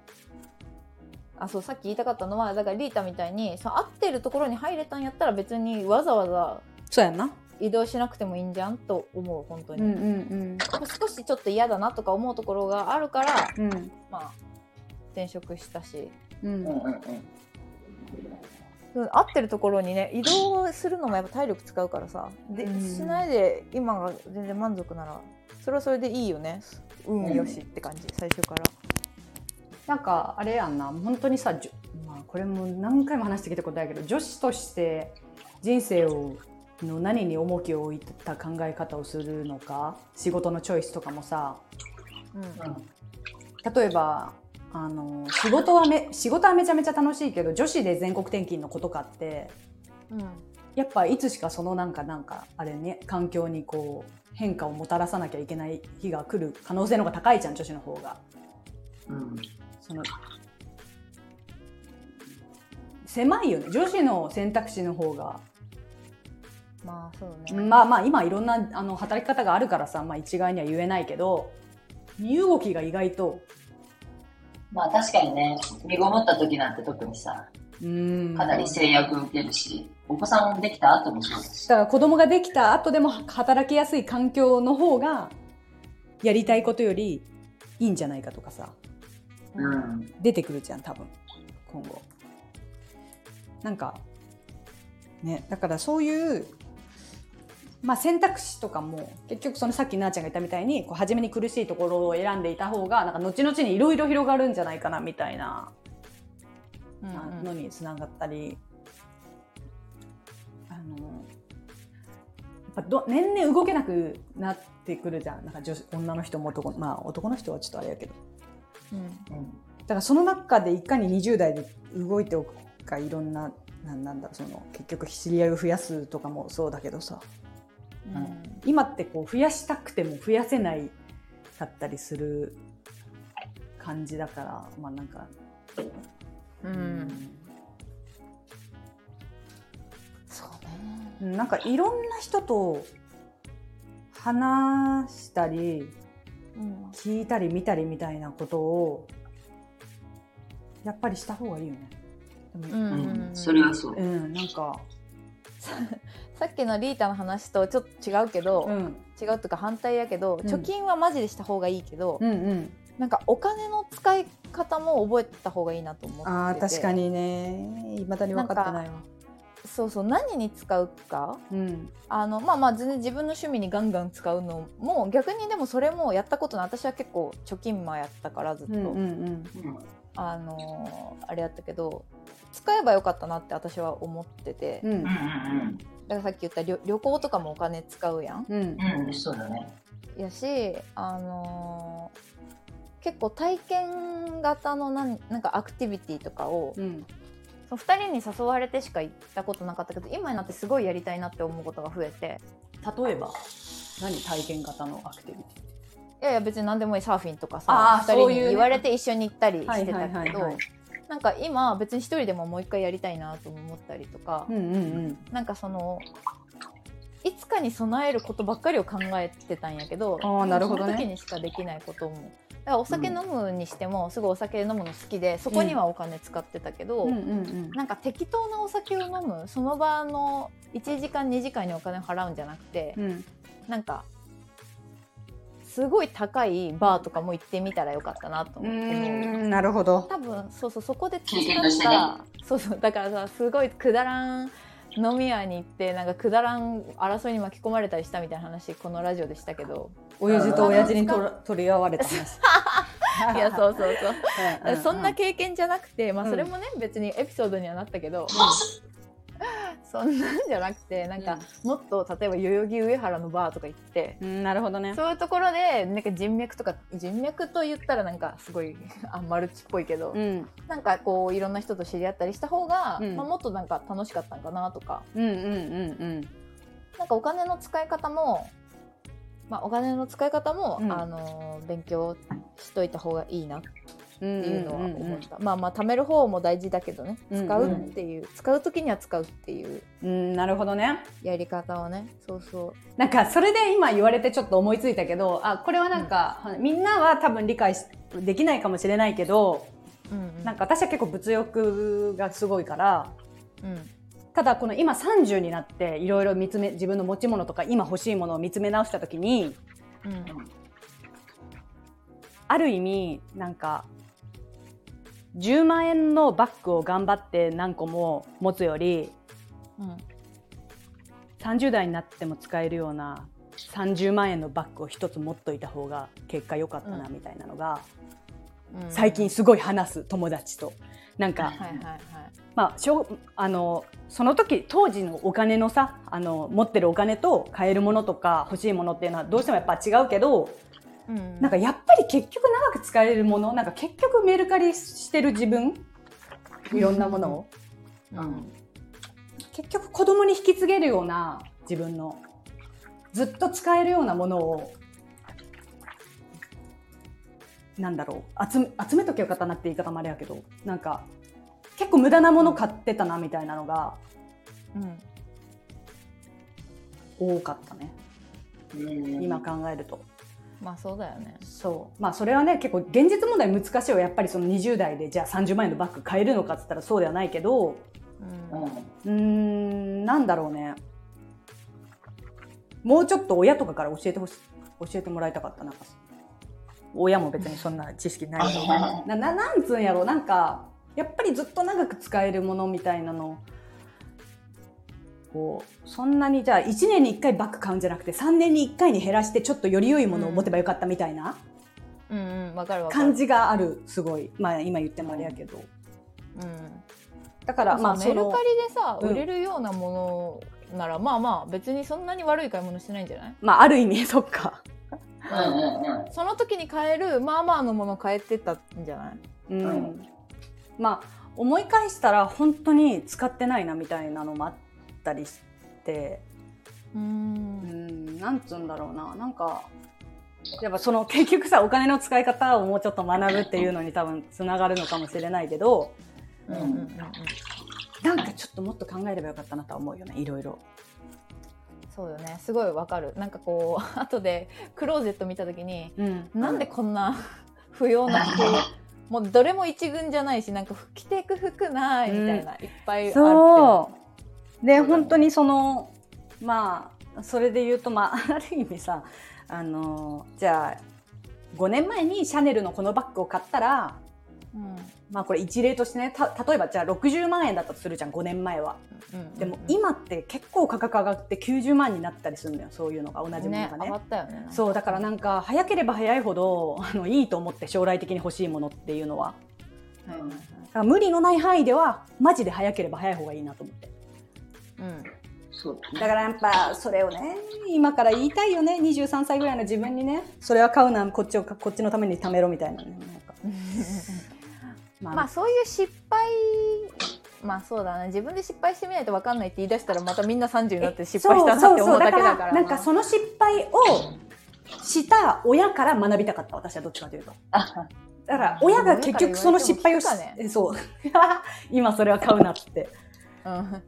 Speaker 2: あそうさっき言いたかったのはだからリータみたいにその合ってるところに入れたんやったら別にわざわざ
Speaker 1: そうやんな。
Speaker 2: 移動しなくてもいいんじゃんと思う本当
Speaker 1: うん
Speaker 2: に、
Speaker 1: う
Speaker 2: も
Speaker 1: ん
Speaker 2: う少しちょっと嫌だなとか思うところがあるから
Speaker 1: うんうん
Speaker 2: まあ転職したし、
Speaker 1: う
Speaker 3: うんうんんうん。
Speaker 2: うん、合ってるところにね移動するのもやっぱ体力使うからさで、
Speaker 1: うん
Speaker 2: しないで今が全然満足ならそれはそれでいいよね運よしって感じ、最初から
Speaker 1: なんかあれやんな本当にさ、じょまあ、これも何回も話してきたことやけど女子として人生をの何に重きを置いた考え方をするのか仕事のチョイスとかもさ
Speaker 2: うん
Speaker 1: 例えばあの仕事はめ仕事はめちゃめちゃ楽しいけど女子で全国転勤のことかって
Speaker 2: うん
Speaker 1: やっぱいつしかそのなんかなんかあれね環境にこう変化をもたらさなきゃいけない日が来る可能性の方が高いじゃん女子の方が。
Speaker 3: うん
Speaker 1: その狭いよね女子の選択肢の方が
Speaker 2: まあそうね、
Speaker 1: まあまあ今いろんなあの働き方があるからさ、まあ、一概には言えないけど身動きが意外と
Speaker 3: まあ確かにね、身ごもった時なんて特にさ、
Speaker 1: うん
Speaker 3: かなり制約受けるし、お子さんできた後もそうだし。
Speaker 1: だから子供ができた後でも働きやすい環境の方がやりたいことよりいいんじゃないかとかさ
Speaker 3: うん。
Speaker 1: 出てくるじゃん多分今後なんかねだからそういうまあ選択肢とかも結局そのさっきなあちゃんが言ったみたいにこう初めに苦しいところを選んでいた方がなんか後々にいろいろ広がるんじゃないかなみたいな
Speaker 2: うんうん
Speaker 1: のにつながったり、あのやっぱど年々動けなくなってくるじゃんなんか女子女の人も男,、まあ、男の人はちょっとあれやけど
Speaker 2: うん
Speaker 3: うん。
Speaker 1: だからその中でいかに20代で動いておくかいろんななんなんだろうその結局知り合いを増やすとかもそうだけどさ
Speaker 2: うん
Speaker 1: 今ってこう増やしたくても増やせないかったりする感じだからまあなんか
Speaker 2: うんそうね
Speaker 1: うんなんかいろんな人と話したり
Speaker 2: うん
Speaker 1: 聞いたり見たりみたいなことをやっぱりした方がいいよね。でも
Speaker 2: うんうん
Speaker 3: うん。それはそう
Speaker 1: う。ん、なんか、
Speaker 2: さっきのリータの話とちょっと違うけど、
Speaker 1: うん、
Speaker 2: 違うとか反対やけど、
Speaker 1: うん
Speaker 2: 貯金はマジでした方がいいけど、
Speaker 1: うんうん
Speaker 2: なんかお金の使い方も覚えた方がいいなと思ってて
Speaker 1: あー確かにねいまだに分かってないわ。
Speaker 2: そうそう何に使うか
Speaker 1: うん
Speaker 2: あのまあまあ全然自分の趣味にガンガン使うのも逆にでもそれもやったことない私は結構貯金魔やったからずっと、
Speaker 1: うんうん
Speaker 3: うん。
Speaker 2: あのーあれやったけど使えばよかったなって私は思ってて、
Speaker 1: うんうん
Speaker 3: う
Speaker 2: だからさっき言った旅旅行とかもお金使うやん
Speaker 1: うん
Speaker 3: んうんうん。そうだね。
Speaker 2: やし、あのー結構体験型のなんなんかアクティビティとかを、
Speaker 1: うん
Speaker 2: その2人に誘われてしか行ったことなかったけど今になってすごいやりたいなって思うことが増えて
Speaker 1: 例えば何体験型のアクティビティ
Speaker 2: いやいや別に何でもいいサーフィンとか
Speaker 1: あー
Speaker 2: さ2人
Speaker 1: そう
Speaker 2: に
Speaker 1: いうね
Speaker 2: 言われて一緒に行ったり
Speaker 1: は
Speaker 2: し
Speaker 1: い
Speaker 2: て
Speaker 1: は
Speaker 2: た
Speaker 1: いはいはい
Speaker 2: けどなんか今別に1人でももう一回やりたいなとも思ったりとか、
Speaker 1: うんうん
Speaker 2: なんかそのいつかに備えることばっかりを考えてたんやけど
Speaker 1: あーなるほどね
Speaker 2: その時にしかできないこともだからお酒飲むにしても、すごいお酒飲むの好きでそこにはお金使ってたけど、
Speaker 1: うんうんうん
Speaker 2: なんか適当なお酒を飲むその場の1時間2時間にお金を払うんじゃなくて、
Speaker 1: うん
Speaker 2: なんかすごい高いバーとかも行ってみたらよかったなと
Speaker 1: う
Speaker 2: 思っても
Speaker 1: んなるほど。
Speaker 2: 多分そうそうそこで
Speaker 3: 経験としてね
Speaker 2: そうそうだからさすごいくだらん飲み屋に行ってなんかくだらん争いに巻き込まれたりしたみたいな話このラジオでしたけど
Speaker 1: 親父と親父にとら取り合われた話。
Speaker 2: いやそうそうそう
Speaker 1: ううう
Speaker 2: そんな経験じゃなくて、まあ、
Speaker 1: うん
Speaker 2: それもね、別にエピソードにはなったけど、そんなんじゃなくてなんか、もっと例えば代々木上原のバーとか行って。
Speaker 1: うん、なるほどね。
Speaker 2: そういうところでなんか人脈とか人脈と言ったらなんかすごい あマルチっぽいけど、
Speaker 1: うん、
Speaker 2: なんかこういろんな人と知り合ったりした方が、
Speaker 1: うん
Speaker 2: まあ、もっとなんか楽しかったんかなとか
Speaker 1: うん、うん、うん、
Speaker 2: なんかお金の使い方も、まあ、お金の使い方も、
Speaker 1: うん
Speaker 2: あのー勉強しといた方がいいなって
Speaker 1: うん、
Speaker 2: っていうのは思っ
Speaker 1: う
Speaker 2: た、まあまあ貯める方も大事だけどね
Speaker 1: うんうん、
Speaker 2: 使うっていう、使う時には使うっていう
Speaker 1: う
Speaker 2: ん
Speaker 1: ん、なるほどね。
Speaker 2: やり方をねそうそ
Speaker 1: なんかそれで今言われてちょっと思いついたけど、あ、これはなんか、みんなは多分理解しできないかもしれないけど、
Speaker 2: う、うんうん、
Speaker 1: なんか私は結構物欲がすごいから、
Speaker 2: うん
Speaker 1: ただこの今30になっていろいろ見つめ自分の持ち物とか今欲しいものを見つめ直した時に
Speaker 2: うん
Speaker 1: ある意味なんか10万円のバッグを頑張って何個も持つより
Speaker 2: うん
Speaker 1: 30代になっても使えるような30万円のバッグを一つ持っといた方が結果良かったな
Speaker 2: うん
Speaker 1: みたいなのが、
Speaker 2: うん
Speaker 1: 最近すごい話す友達となんか、
Speaker 2: はいはいはい
Speaker 1: まあ、しょうあのその時当時のお金のさあの持ってるお金と買えるものとか欲しいものっていうのはどうしてもやっぱ違うけど、
Speaker 2: うん
Speaker 1: なんかやっぱり結局長く使えるものなんか結局メルカリしてる自分いろんなものを
Speaker 3: うん。
Speaker 1: 結局子供に引き継げるような自分のずっと使えるようなものをなんだろう集め集めときゃよかったなって言い方もあれやけどなんか結構無駄なもの買ってたなみたいなのが
Speaker 2: うん
Speaker 1: 多かったね
Speaker 3: うん。
Speaker 1: 今考えると
Speaker 2: まあそうだよね
Speaker 1: そうまあそれはね結構現実問題難しいよやっぱりその20代でじゃあ30万円のバッグ買えるのかっつったらそうではないけど
Speaker 2: う
Speaker 3: うんん。
Speaker 1: うーんなんだろうねもうちょっと親とかから教えてほし教えてもらいたかったなんか親も別にそんな知識ないのに
Speaker 3: あ
Speaker 1: なななんつうんやろなんかやっぱりずっと長く使えるものみたいなのこうそんなにじゃあ1年に1回バッグ買うんじゃなくて3年に1回に減らしてちょっとより良いものを持てばよかったみたいな
Speaker 2: うんうんわかるわかる
Speaker 1: 感じがあるすごいまあ今言ってもあれやけど
Speaker 2: うん
Speaker 1: だから
Speaker 2: ま
Speaker 1: ま
Speaker 2: あ
Speaker 1: あ
Speaker 2: メ
Speaker 1: そ
Speaker 2: ルカ
Speaker 1: の
Speaker 2: リでさ
Speaker 1: うん
Speaker 2: 売れるようなものなら、まあまあ別にそんなに悪い買い物してないんじゃない
Speaker 1: まあある意味 そっか
Speaker 3: うんうんうん。
Speaker 2: その時に買えるまあまあのもの買えてたんじゃない
Speaker 1: うん、
Speaker 3: うん
Speaker 1: まあ思い返したら本当に使ってないなみたいなのもあったりして
Speaker 2: う
Speaker 1: う
Speaker 2: ー
Speaker 1: んんなんつうんだろうななんかやっぱその 結局さお金の使い方をもうちょっと学ぶっていう のに多分つながるのかもしれないけど
Speaker 2: うんうんうんうん
Speaker 1: なんかちょっともっと考えればよかったなとは思うよねいろいろ。
Speaker 2: そうよねすごいわかるなんかこう 後でクローゼット見た時に
Speaker 1: うん
Speaker 2: なんでこんな 不要な 服もうどれも一軍じゃないしなんか着ていく服ないみたいな、いっぱいあるって
Speaker 1: そうで
Speaker 3: そうだね
Speaker 1: 本当にそのまあそれで言うとまあ ある意味さあのじゃあ5年前にシャネルのこのバッグを買ったら
Speaker 2: うんうん
Speaker 1: まあこれ一例としてねた例えばじゃあ60万円だったとするじゃん5年前は
Speaker 2: うんうん
Speaker 1: でも今って結構価格上がって90万になったりするのよそういうのが同じものがね
Speaker 2: 上がったよね
Speaker 1: そうだからなんか早ければ早いほどあのいいと思って将来的に欲しいものっていうのは
Speaker 2: はいはいはい
Speaker 1: だから無理のない範囲ではマジで早ければ早い方がいいなと思って。
Speaker 2: うん
Speaker 3: そう
Speaker 1: だ
Speaker 3: だね。
Speaker 1: からやっぱそれをね今から言いたいよね23歳ぐらいの自分にねそれは買うなこっちをこっちのために貯めろみたいなねなんかまあ、
Speaker 2: まあそういう失敗まあそうだね自分で失敗してみないと分かんないって言い出したらまたみんな30になって失敗したなって思うだけだから
Speaker 1: なんかその失敗をした親から学びたかった私はどっちかというと
Speaker 3: あ
Speaker 1: だから親が結局その失敗をし
Speaker 2: 親から言われても聞くか
Speaker 1: そ
Speaker 2: ね
Speaker 1: う 今それは買うなっつって
Speaker 2: うん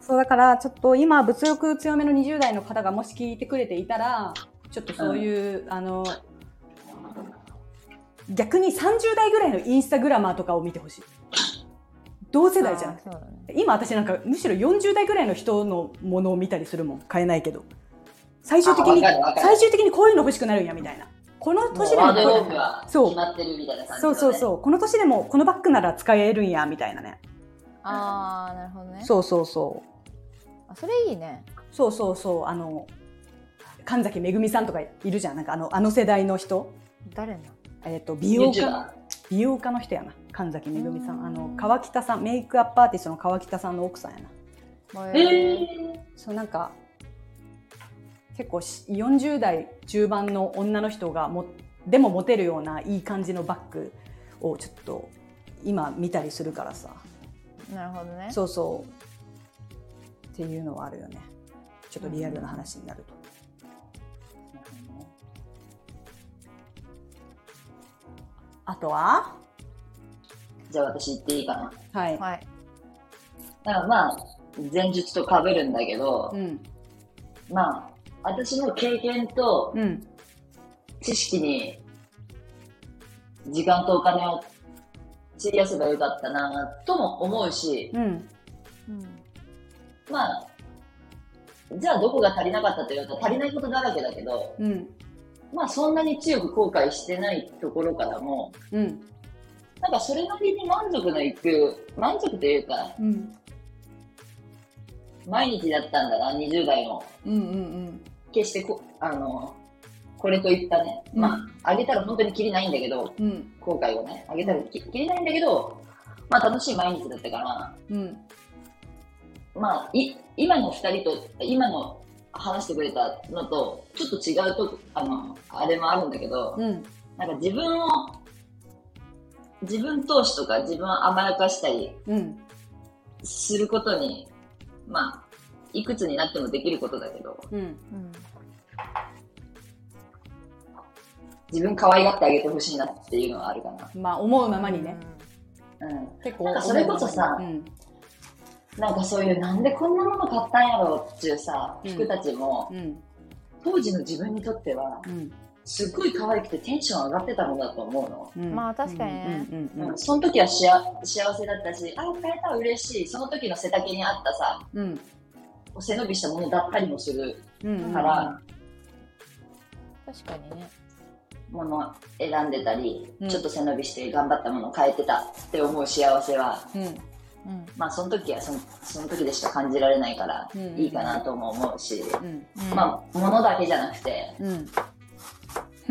Speaker 1: そうだからちょっと今物欲強めの20代の方がもし聞いてくれていたらちょっとそういう、あの逆に30代ぐらいのインスタグラマーとかを見てほしい同世代じゃん
Speaker 2: あーそうだね
Speaker 1: 今私なんかむしろ40代ぐらいの人のものを見たりするもん買えないけど最終的に
Speaker 3: あわかるわかる
Speaker 1: 最終的にこういうの欲しくなるんやみたいなこの年で
Speaker 3: ワ
Speaker 1: も
Speaker 3: ードローブが決
Speaker 1: そう
Speaker 3: まってるみたいな感じ
Speaker 1: そうそうそうこの年でもこのバッグなら使えるんやみたいなね
Speaker 2: あーなるほどね
Speaker 1: そうそうそう
Speaker 2: あそれいいね
Speaker 1: そうそうそうあの神崎めぐみさんとかいるじゃんなんかあのあの世代の人、
Speaker 2: 誰な
Speaker 1: えっと
Speaker 3: う
Speaker 1: 美容家美容家の人やな神崎めぐみさ
Speaker 2: うんん
Speaker 1: あの川北さんメイクアップアーティストの川北さんの奥さんやな
Speaker 2: の
Speaker 3: えー、
Speaker 1: そうなんか結構し40代中盤の女の人がもでも持てるようないい感じのバッグをちょっと今見たりするからさ
Speaker 2: なるほどね
Speaker 1: そうそうっていうのはあるよねちょっとリアルな話になると。あとは
Speaker 3: じゃあ私言っていいかな。
Speaker 1: はい。
Speaker 2: はい
Speaker 3: だからまあ、前述と被るんだけど、
Speaker 1: うん。
Speaker 3: まあ、私の経験と
Speaker 1: うん。
Speaker 3: 知識に、時間とお金を費やせばよかったなとも思うし、
Speaker 1: うん。
Speaker 2: うん
Speaker 3: まあ、じゃあどこが足りなかったというと足りないことだらけだけど、
Speaker 1: うん。
Speaker 3: まあそんなに強く後悔してないところからも、
Speaker 1: うん。
Speaker 3: なんかそれなりに満足のいく、満足というか、
Speaker 1: うん。
Speaker 3: 毎日だったんだな、20代の。
Speaker 1: うん。うん。
Speaker 3: 決してこ、あの、これといったね、
Speaker 1: うん
Speaker 3: まあ、あげたら本当にきりないんだけど、
Speaker 1: うん。
Speaker 3: 後悔をね、あげたらききりないんだけど、まあ楽しい毎日だったから、
Speaker 1: うん。
Speaker 3: まあ、い、今の二人と、今の話してくれたのと、ちょっと違うと、あの、あれもあるんだけど、
Speaker 1: うん。
Speaker 3: なんか自分を、自分投資とか自分を甘やかしたり
Speaker 1: うん。
Speaker 3: することに、まあ、いくつになってもできることだけど、
Speaker 1: うん。
Speaker 2: うん
Speaker 3: 自分可愛がってあげてほしいなっていうのはあるか
Speaker 1: まあ、思うままにね。
Speaker 3: な。うん。
Speaker 1: 結
Speaker 3: な
Speaker 1: 構。
Speaker 3: んかそれこそさ
Speaker 1: うん。
Speaker 3: なんかそういうなんでこんなもの買ったんやろっていうさ、
Speaker 1: うん
Speaker 3: 服たちも、
Speaker 1: うん。
Speaker 3: 当時の自分にとっては
Speaker 1: うん。
Speaker 3: すっごい可愛くてテンション上がってたものだと思うの。
Speaker 1: うん
Speaker 2: まあ確かにね
Speaker 1: うんうんう
Speaker 3: なんんかその時は幸幸せだったし、あ、変えたら嬉しい。その時の背丈に合ったさ、
Speaker 1: うんうん
Speaker 3: 背伸びしたものだったりもする
Speaker 1: うんうん
Speaker 3: から、
Speaker 2: 確かにね
Speaker 3: もの選んでたり、
Speaker 1: うん
Speaker 3: ちょっと背伸びして頑張ったものを変えてたって思う幸せは、
Speaker 1: うん
Speaker 2: うん
Speaker 3: まあその時はそのその時でしか感じられないから
Speaker 1: うんうん
Speaker 3: いいかなとも思うし、
Speaker 1: うん
Speaker 3: まあ物だけじゃなくて、
Speaker 1: うん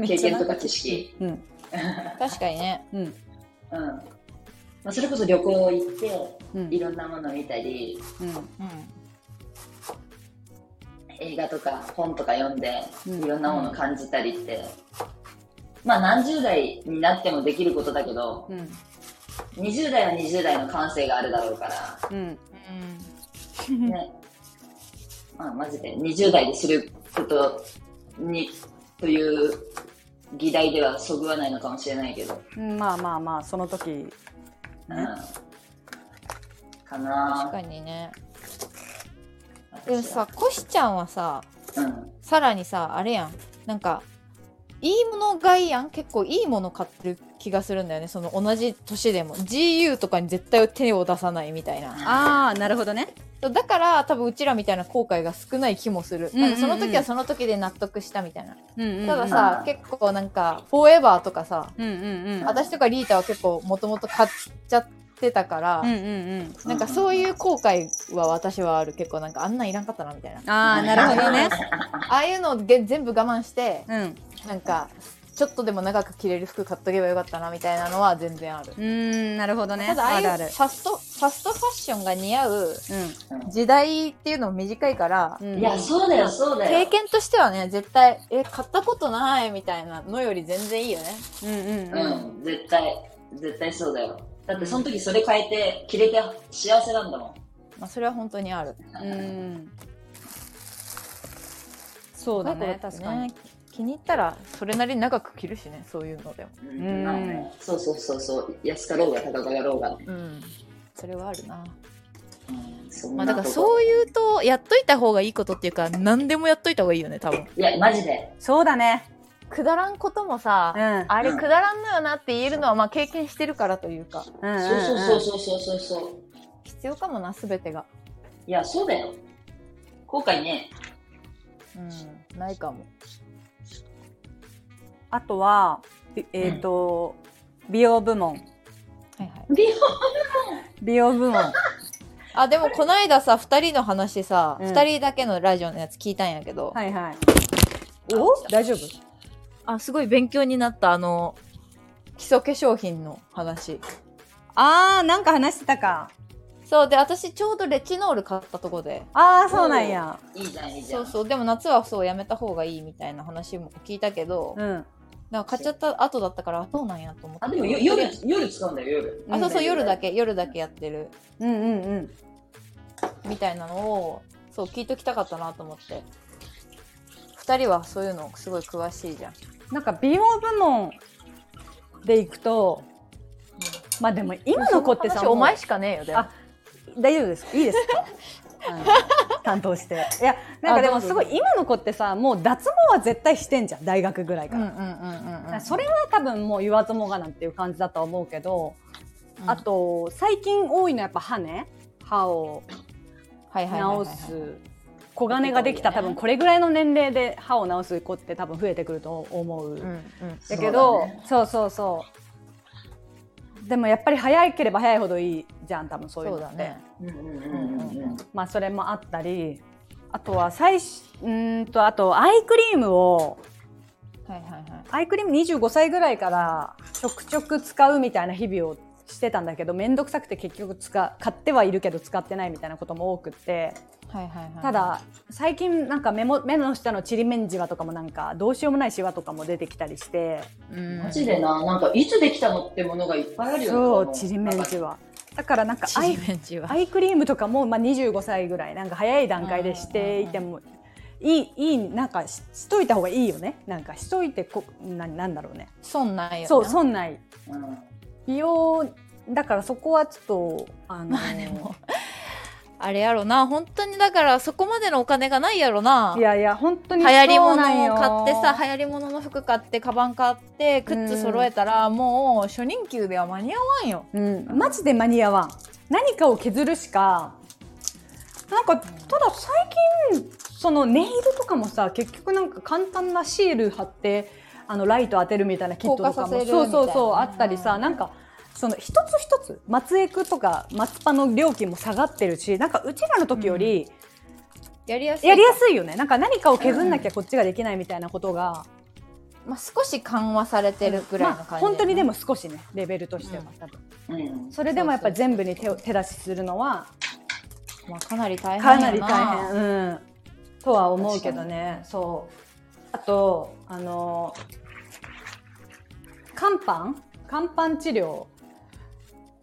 Speaker 3: 経験とか知識、
Speaker 1: うん
Speaker 2: あ確かにね
Speaker 1: うん
Speaker 3: うんまあ、それこそ旅行行って、
Speaker 1: うん
Speaker 3: いろんなもの見たり、
Speaker 1: う
Speaker 2: うん
Speaker 3: 映画とか本とか読んで
Speaker 1: うん
Speaker 3: いろんなもの感じたりって、まあ何十代になってもできることだけど
Speaker 1: ん
Speaker 3: 20代は20代の感性があるだろうから、
Speaker 1: うん
Speaker 3: ねまあ、マジで20代ですることにという議題ではそぐわないのかもしれないけど、
Speaker 1: うんまあまあまあその時
Speaker 3: うん
Speaker 1: ね、
Speaker 3: か
Speaker 2: 確
Speaker 3: な
Speaker 2: かにね
Speaker 3: ぁ
Speaker 2: でもさ、コシちゃんはさ
Speaker 3: 私はうん、
Speaker 2: さらにさあれやんなんかいいもの買いやん結構いいもの買ってる気がするんだよねその同じ年でも GU とかに絶対手を出さないみたいな
Speaker 1: ああなるほどね
Speaker 2: だから多分うちらみたいな後悔が少ない気もする、
Speaker 1: うんうんうん
Speaker 2: なんかその時はその時で納得したみたいな、
Speaker 1: うん
Speaker 2: ただ
Speaker 3: う
Speaker 2: さ
Speaker 3: ん
Speaker 2: 結構なんかフォーエバーとかさ、
Speaker 1: うんうんうん
Speaker 2: 私とかリータは結構もともと買っちゃってたから、
Speaker 1: うんうん
Speaker 2: なんかそういう後悔は私はある結構なんかあんなんいらんかったなみたいな
Speaker 1: うんああなるほどね
Speaker 2: ああいうのをげ全部我慢して
Speaker 1: うん
Speaker 2: なんかちょっとでも長く着れる服買っとけばよかったなみたいなのは全然ある、
Speaker 1: うーんなるほどね
Speaker 2: ただああ
Speaker 1: あ
Speaker 2: いう
Speaker 1: る
Speaker 2: フ
Speaker 1: ある
Speaker 2: ァストファストファッションが似合う
Speaker 1: う
Speaker 2: 時代っていうのも短いから、
Speaker 1: んうん
Speaker 3: いやそうだよそうだよ
Speaker 2: 経験としてはね絶対え買ったことないみたいなのより全然いいよね
Speaker 1: うんうんうん
Speaker 3: うん、絶対、絶対そうだよ。だってその時それ変えて、着れて幸せなんだもん。
Speaker 2: まあそれは本当にある
Speaker 1: うんそうだね
Speaker 2: 若い
Speaker 1: 確
Speaker 2: 頃
Speaker 1: か
Speaker 2: って
Speaker 1: に
Speaker 2: ね気に入ったらそれなりに長く着るしねそういうのでも
Speaker 3: うんまあねそうそうそうそう、安かろうが高かろうがね。
Speaker 2: うんそれはあるな
Speaker 3: うん、そん
Speaker 2: ま
Speaker 3: な
Speaker 2: あだから
Speaker 3: こと
Speaker 2: そういうとやっといた方がいいことっていうか何でもやっといた方がいいよね多分
Speaker 3: いや、マジで。
Speaker 1: そうだね
Speaker 2: くだらんこともさ、
Speaker 1: うん
Speaker 2: あれくだらんのよなって言えるのはまあ経験してるからというか
Speaker 1: うん
Speaker 3: そうそうそうそうそうそう。
Speaker 2: 必要かもな全てが
Speaker 3: いや、そうだよ。後悔ね。
Speaker 2: うんないかも
Speaker 1: あとはびえっ、と、美容部門
Speaker 2: はいはい
Speaker 3: 美容
Speaker 1: 美容部門
Speaker 2: あでもこの間さ2人の話さ、
Speaker 1: うん
Speaker 2: 2人だけのラジオのやつ聞いたんやけど、
Speaker 1: はいはい
Speaker 2: お
Speaker 1: 大丈夫
Speaker 2: あすごい勉強になったあの基礎化粧品の話
Speaker 1: あーなんか話してたか
Speaker 2: そうで私ちょうどレチノール買ったとこで
Speaker 1: ああそうなんや
Speaker 3: いいじゃん、いいじゃ
Speaker 2: そ
Speaker 3: ん。
Speaker 2: うそうでも夏はそうやめた方がいいみたいな話も聞いたけど、
Speaker 1: うん
Speaker 2: なんか買っちゃった後だったからあそうなんやと思って
Speaker 3: あ、でもよ夜、夜使うんだよ、夜。
Speaker 2: あそうそう
Speaker 3: うん
Speaker 2: 夜だけ夜だけやってる
Speaker 1: うんうんうん
Speaker 2: みたいなのをそう聞いときたかったなと思って2人はそういうのすごい詳しいじゃん
Speaker 1: なんか美容部門でいくとまあでも今の子って
Speaker 2: そ
Speaker 1: さ
Speaker 2: んな話お前
Speaker 1: も
Speaker 2: しかねえよでも
Speaker 1: あう大丈夫ですいいですか あの担当していやなんかでも
Speaker 2: あどうぞ
Speaker 1: すごい今の子ってさもう脱毛は絶対してんじゃん大学ぐらい
Speaker 2: う
Speaker 1: か
Speaker 2: ん
Speaker 1: ら、
Speaker 2: うんうんうんうん
Speaker 1: それは多分もう言わずもがなっていう感じだとは思うけど、
Speaker 2: うん
Speaker 1: あと最近多いのはやっぱ歯ね歯を
Speaker 2: はいはいはいはい
Speaker 1: 治
Speaker 2: はい
Speaker 1: す小金ができた
Speaker 2: そうだ
Speaker 1: 多
Speaker 2: よね
Speaker 1: 分これぐらいの年齢で歯を治す子って多分増えてくると思う、
Speaker 2: うんうん
Speaker 1: だけど
Speaker 3: そうだね
Speaker 1: そうそうそうでもやっぱり早ければ早いほどいいじゃん多分そういう
Speaker 2: そ
Speaker 1: の
Speaker 2: う
Speaker 1: って
Speaker 2: だね
Speaker 3: うんうんうんうんうん。
Speaker 1: まあそれもあったりあとは最初うーんとあとアイクリームを
Speaker 2: はいはいはい
Speaker 1: アイクリーム25歳ぐらいからちょくちょく使うみたいな日々をしてたんだけど面倒くさくて結局使買ってはいるけど使ってないみたいなことも多くって
Speaker 2: はいはいはい
Speaker 1: ただ最近なんか目も目の下のちりめんじわとかもなんかどうしようもないしわとかも出てきたりして
Speaker 2: うん
Speaker 3: マジでな、なんかいつできたのってものがいっぱいあるよね。
Speaker 1: そう
Speaker 3: この
Speaker 1: ちりめんじ
Speaker 3: 中
Speaker 1: わだからなんか
Speaker 2: ち
Speaker 1: アイ
Speaker 2: りめんじは
Speaker 1: アイクリームとかも、まあ、25歳ぐらいなんか早い段階でしていてもいいいいなんかししといた方がいいよねなんかしといてこななんだろうね
Speaker 2: 損ないよな
Speaker 1: そう損ない
Speaker 3: うん
Speaker 1: 美容だからそこはちょっとあの、
Speaker 2: でもあれやろな本当にだからそこまでのお金がないやろない
Speaker 1: やいや本当に
Speaker 2: 流行り
Speaker 1: そうなん
Speaker 2: 物
Speaker 1: よ
Speaker 2: を買ってさ流行り物の服買ってカバン買って靴揃えたら、もう初任給では間に合わんよ
Speaker 1: うん、マジで間に合わん何かを削るしかなんかただ最近そのネイルとかもさ結局なんか簡単なシール貼ってあのライト当てるみたいなキットとか
Speaker 2: 硬化させる
Speaker 1: も
Speaker 2: みたい
Speaker 1: そうそ
Speaker 2: な
Speaker 1: うそうあったりさなんかその一つ一つ松江区とか松葉の料金も下がってるしなんかうちらの時より
Speaker 2: やりやすい
Speaker 1: やりやすいよね、なんか何かを削んなきゃこっちができないみたいなことが、
Speaker 2: まあ、少し緩和されてるぐらいの
Speaker 1: ま
Speaker 2: 感じ、
Speaker 1: あ、本当にでも少しねレベルとしては多分、
Speaker 3: うん。
Speaker 1: それでもやっぱり全部に手を手出しするのは
Speaker 2: まあ、かなり大変
Speaker 1: か
Speaker 2: や
Speaker 1: なり大変、うん、とは思うけどねそうあとあの乾パン乾パン治療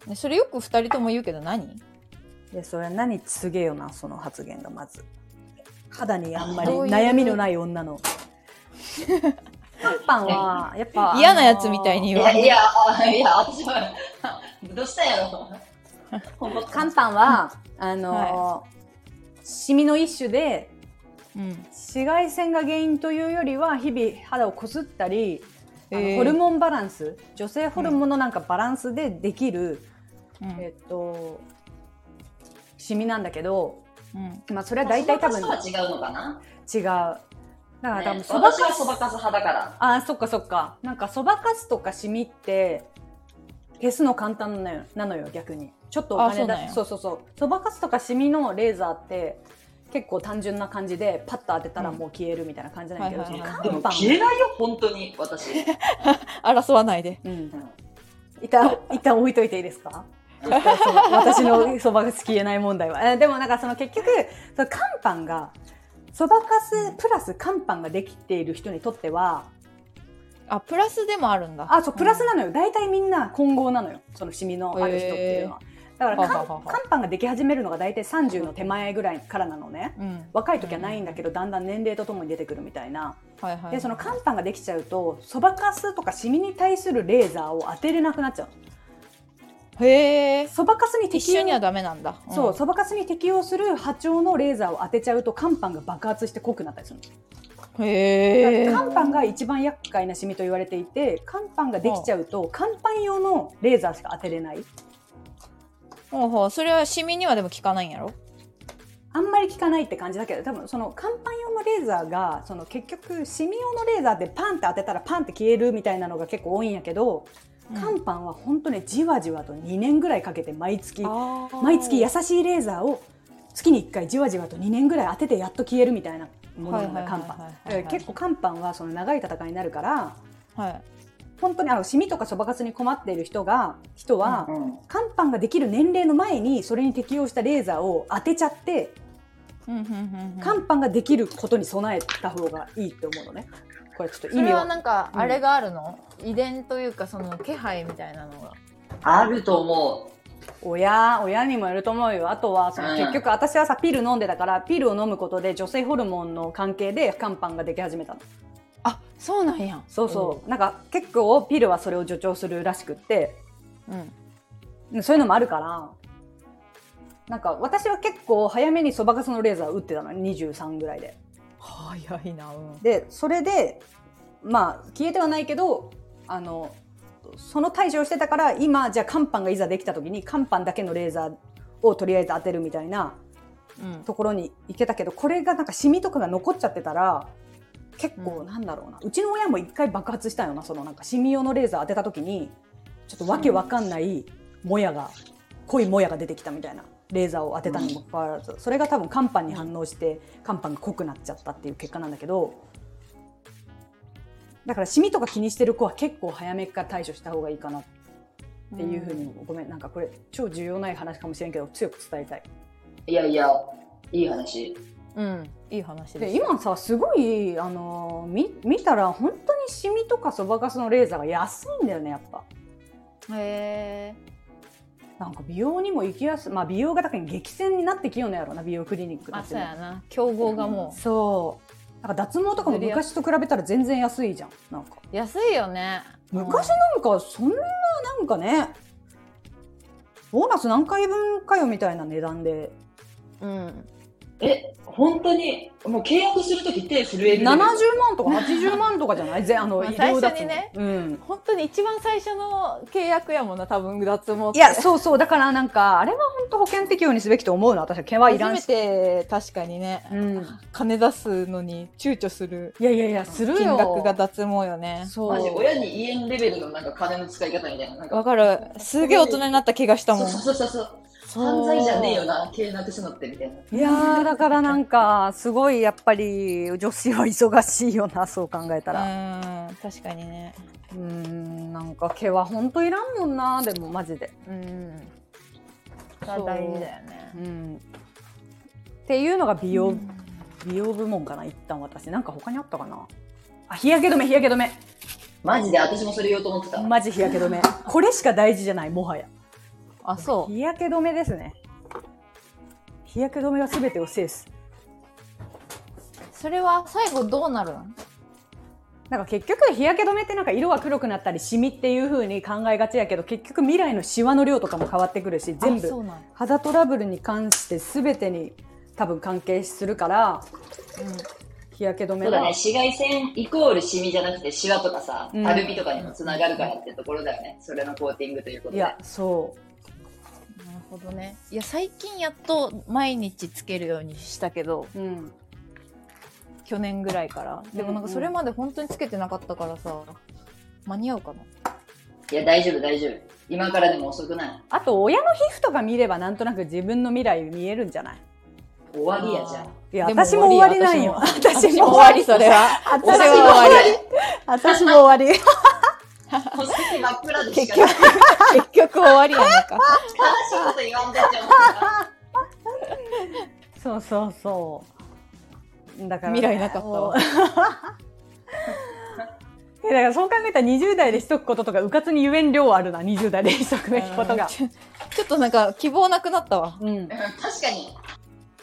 Speaker 2: ねそれよく二人とも言うけど何
Speaker 1: いやそれ何すげえよなその発言がまず肌にあんまり
Speaker 2: どういう
Speaker 1: 悩みのない女の 乾パンはやっぱ
Speaker 2: 嫌なやつみたいに
Speaker 3: い
Speaker 2: 言わ
Speaker 3: や、
Speaker 2: ん
Speaker 3: いや、あいや、私は、どうしたやろ。
Speaker 1: 乾パンはあの、シミの一種で
Speaker 2: うん
Speaker 1: 紫外線が原因というよりは日々肌をこすったり、あの
Speaker 2: えー
Speaker 1: ホルモンバランス女性ホルモンのなんかバランスでできる、
Speaker 2: うん
Speaker 1: えっとシミなんだけど、
Speaker 2: うん
Speaker 1: まあ、それは大体多分違う
Speaker 3: そばかすとは違うのかな。
Speaker 1: だから多分
Speaker 3: ね
Speaker 1: そばか
Speaker 3: 私
Speaker 1: す、
Speaker 3: はそばかす派だから。
Speaker 1: あーそっかそっかなんかそばかすとかシミって消すの簡単なのよなのよ逆にちょっとお
Speaker 2: あそ
Speaker 1: 金
Speaker 2: うなん
Speaker 1: だ
Speaker 2: や
Speaker 1: そうそうそうそばかすとかシミのレーザーって結構単純な感じでパッと当てたらもう消えるみたいな感じなんだけど、
Speaker 2: うんはいはいはい
Speaker 1: 乾
Speaker 3: でも
Speaker 1: パン
Speaker 3: 消えないよ、本当に、私。
Speaker 2: 争わないで
Speaker 1: うん一旦、一旦置いといていいですか一旦その私のそばが消えない問題は。えーでもなんかその結局、その乾パンが、そばかすプラス乾パンができている人にとっては、
Speaker 2: あプラスでもあるんだ
Speaker 1: あ、そう、プラスなのよ。大体みんな混合なのよ。そのシミのある人っていうのは。だから
Speaker 2: はは
Speaker 1: 乾、
Speaker 2: はは
Speaker 1: 乾パンができ始めるのが大体30の手前ぐらいからなのね。
Speaker 2: うん
Speaker 1: 若い時はないんだけど、だんだん年齢とともに出てくるみたいな。
Speaker 2: はいはい
Speaker 1: でその乾パンができちゃうと、そばかすとかシミに対するレーザーを当てれなくなっちゃうの。
Speaker 2: へえ
Speaker 1: そばかすに適
Speaker 2: 一
Speaker 1: 用
Speaker 2: 緒にはダメなんだん
Speaker 1: そうそばかすに適用する波長のレーザーを当てちゃうと乾パンが爆発して濃くなったりするの、
Speaker 2: へえ
Speaker 1: 乾パンが一番厄介なシミと言われていて乾パンができちゃうと乾パン用のレーザーしか当てれない
Speaker 2: ほうほうそれはシミにはでも効かないんやろ
Speaker 1: あんまり効かないって感じだけど多分その乾パン用のレーザーがその結局シミ用のレーザーでパンって当てたらパンって消えるみたいなのが結構多いんやけど乾パンは本当にじわじわと2年ぐらいかけて毎月毎
Speaker 2: 毎
Speaker 1: 月優しいレーザーを月に1回じわじわと2年ぐらい当ててやっと消えるみたいなものなんだ
Speaker 2: はいはいは
Speaker 1: 乾パンだから
Speaker 2: いはいはい
Speaker 1: 結構乾パンはその長い戦いになるから
Speaker 2: はい
Speaker 1: 本当にあのシミとかそばかすに困っている人が人は
Speaker 3: うん。
Speaker 1: 乾パンができる年齢の前にそれに適用したレーザーを当てちゃって
Speaker 2: うんうんうんうん
Speaker 1: 乾パンができることに備えた方がいいって思うのねこれちょっと
Speaker 2: そ
Speaker 1: 意味
Speaker 2: れは
Speaker 1: を
Speaker 2: なんか
Speaker 1: うん
Speaker 2: あれがあるの遺伝というかその気配みたいなのが
Speaker 3: あると思
Speaker 1: 親親にもよると思うよあとはその
Speaker 3: うん。
Speaker 1: 結局私はさピル飲んでたからピルを飲むことで女性ホルモンの関係で乾パンができ始めたの。
Speaker 2: あそうなんや
Speaker 1: そうそう、なんか結構ピルはそれを助長するらしくって
Speaker 2: うん
Speaker 1: そういうのもあるからなんか私は結構早めにそばかすのレーザーを打ってたの23ぐらいで
Speaker 2: 早いなうん
Speaker 1: でそれでまあ消えてはないけどあのその対処をしてたから今じゃあ乾パンがいざできた時に乾パンだけのレーザーをとりあえず当てるみたいな
Speaker 2: うん
Speaker 1: ところに行けたけどこれがなんかシミとかが残っちゃってたら結
Speaker 2: う
Speaker 1: 構
Speaker 2: ん
Speaker 1: なんだろうな、うちの親も一回爆発したよなそのなんかシミ用のレーザー当てた時にちょっとわけわかんないもやが濃いもやが出てきたみたいなレーザーを当てたにもかかわらず、それが多分乾パンに反応して乾パンが濃くなっちゃったっていう結果なんだけどだからシミとか気にしてる子は結構早めから対処した方がいいかなっていうふうに、ごめんなんかこれ超重要ない話かもしれんけど強く伝えたいう
Speaker 3: いやいや、いい話。
Speaker 2: うんいい話です
Speaker 1: で今さすごいあのーみ見たら本当にシミとかそばかすのレーザーが安いんだよねやっぱ
Speaker 2: へえ
Speaker 1: なんか美容にも行きやすいまあ美容がだけに激戦になってきようのやろうな美容クリニック
Speaker 2: あ
Speaker 1: たち
Speaker 2: そう
Speaker 1: も
Speaker 2: やな競合がも
Speaker 1: そうなんか脱毛とかも昔と比べたら全然安いじゃんなんか
Speaker 2: う安いよね
Speaker 1: 昔なんかそんななんかねボーナス何回分かよみたいな値段で
Speaker 2: うん、
Speaker 3: え、本当に、もう契約するとき手震える。
Speaker 1: 70万とか80万とかじゃないぜあの
Speaker 2: まあ
Speaker 1: 医療脱
Speaker 2: 最初にね
Speaker 1: 毛うん
Speaker 2: 本当に一番最初の契約やもんな多分脱毛って
Speaker 1: いやそうそうだからなんかあれは本当保険適用にすべきと思うの私は毛はい
Speaker 2: 初
Speaker 1: らん
Speaker 2: め
Speaker 1: し、
Speaker 2: て確かにね
Speaker 1: うん、
Speaker 2: 金出すのに躊躇する
Speaker 1: いやいやいやするよ
Speaker 2: 金額が脱毛よね
Speaker 1: そ
Speaker 3: マジ、
Speaker 1: う
Speaker 3: 親に言えんレベルのなんか金の使い方みたいな。なん
Speaker 2: わ
Speaker 3: か
Speaker 2: かるすげえ大人になった気がしたもん
Speaker 3: そうそうそうそう。
Speaker 2: そう
Speaker 3: 犯罪じゃねえよな、契約するのってみたいな。
Speaker 1: いやーだからなんかすごいやっぱり女子は忙しいよなそう考えたら
Speaker 2: うん確かにね
Speaker 1: うーんなんか毛は本当いらんもんなでもマジで
Speaker 2: うん
Speaker 1: そ
Speaker 2: そう
Speaker 1: う
Speaker 2: 大事だよね
Speaker 1: うんっていうのが美容、美容部門かな一旦私なんか他にあったかなあ日焼け止め日焼け止め
Speaker 3: マジで私もそれ言おうと思ってた。
Speaker 1: マジ日焼け止めこれしか大事じゃないもはや
Speaker 2: あそう
Speaker 1: 日焼け止めですね日焼け止めが全てを制す
Speaker 2: それは最後どうなるの
Speaker 1: なんか結局日焼け止めってなんか色は黒くなったりシミっていう風に考えがちやけど結局未来のシワの量とかも変わってくるし全
Speaker 2: あそう
Speaker 1: 部
Speaker 2: なの
Speaker 1: 肌トラブルに関して全てに多分関係するから日焼け止め
Speaker 3: そうだね、
Speaker 1: は
Speaker 3: 紫外線イコールシミじゃなくて、シワとかさ、
Speaker 1: うん
Speaker 3: アルミとかにもつながるからってところだよね。それのコーティングというこ
Speaker 1: い
Speaker 3: とで。
Speaker 1: やそう
Speaker 2: なるほどねいや最近やっと毎日つけるようにしたけど
Speaker 1: うん、
Speaker 2: 去年ぐらいからでもなん
Speaker 1: うんう
Speaker 2: か
Speaker 1: ん
Speaker 2: それまで本当につけてなかったからさ間に合うかない
Speaker 3: や、大丈夫、大丈夫。今からでも遅くない。
Speaker 1: あと親の皮膚とか見ればなんとなく自分の未来見えるんじゃない
Speaker 3: 終わりやじゃん。
Speaker 1: いや
Speaker 2: でも
Speaker 1: 私も終わりなんよ私も終
Speaker 2: 私も 終
Speaker 1: わ
Speaker 2: わ
Speaker 1: り
Speaker 2: りそれは
Speaker 1: 私
Speaker 3: 私
Speaker 1: も終
Speaker 3: も終
Speaker 1: わ
Speaker 3: わ
Speaker 1: り
Speaker 3: り
Speaker 1: 私も終わり
Speaker 3: もう先真っ暗でし
Speaker 2: 結
Speaker 3: か
Speaker 2: 局結局終わりやなんか
Speaker 3: 悲しいこと言わんとっちゃうから
Speaker 1: そうそうそうだから
Speaker 2: 未来なかったわ
Speaker 1: えだからそう考えたら20代でしとくこととかうかつにゆえん量あるな20代でしとくべきことが、
Speaker 2: ちょちょっとなんか希望なくなったわ
Speaker 1: うん、え
Speaker 3: うん確かに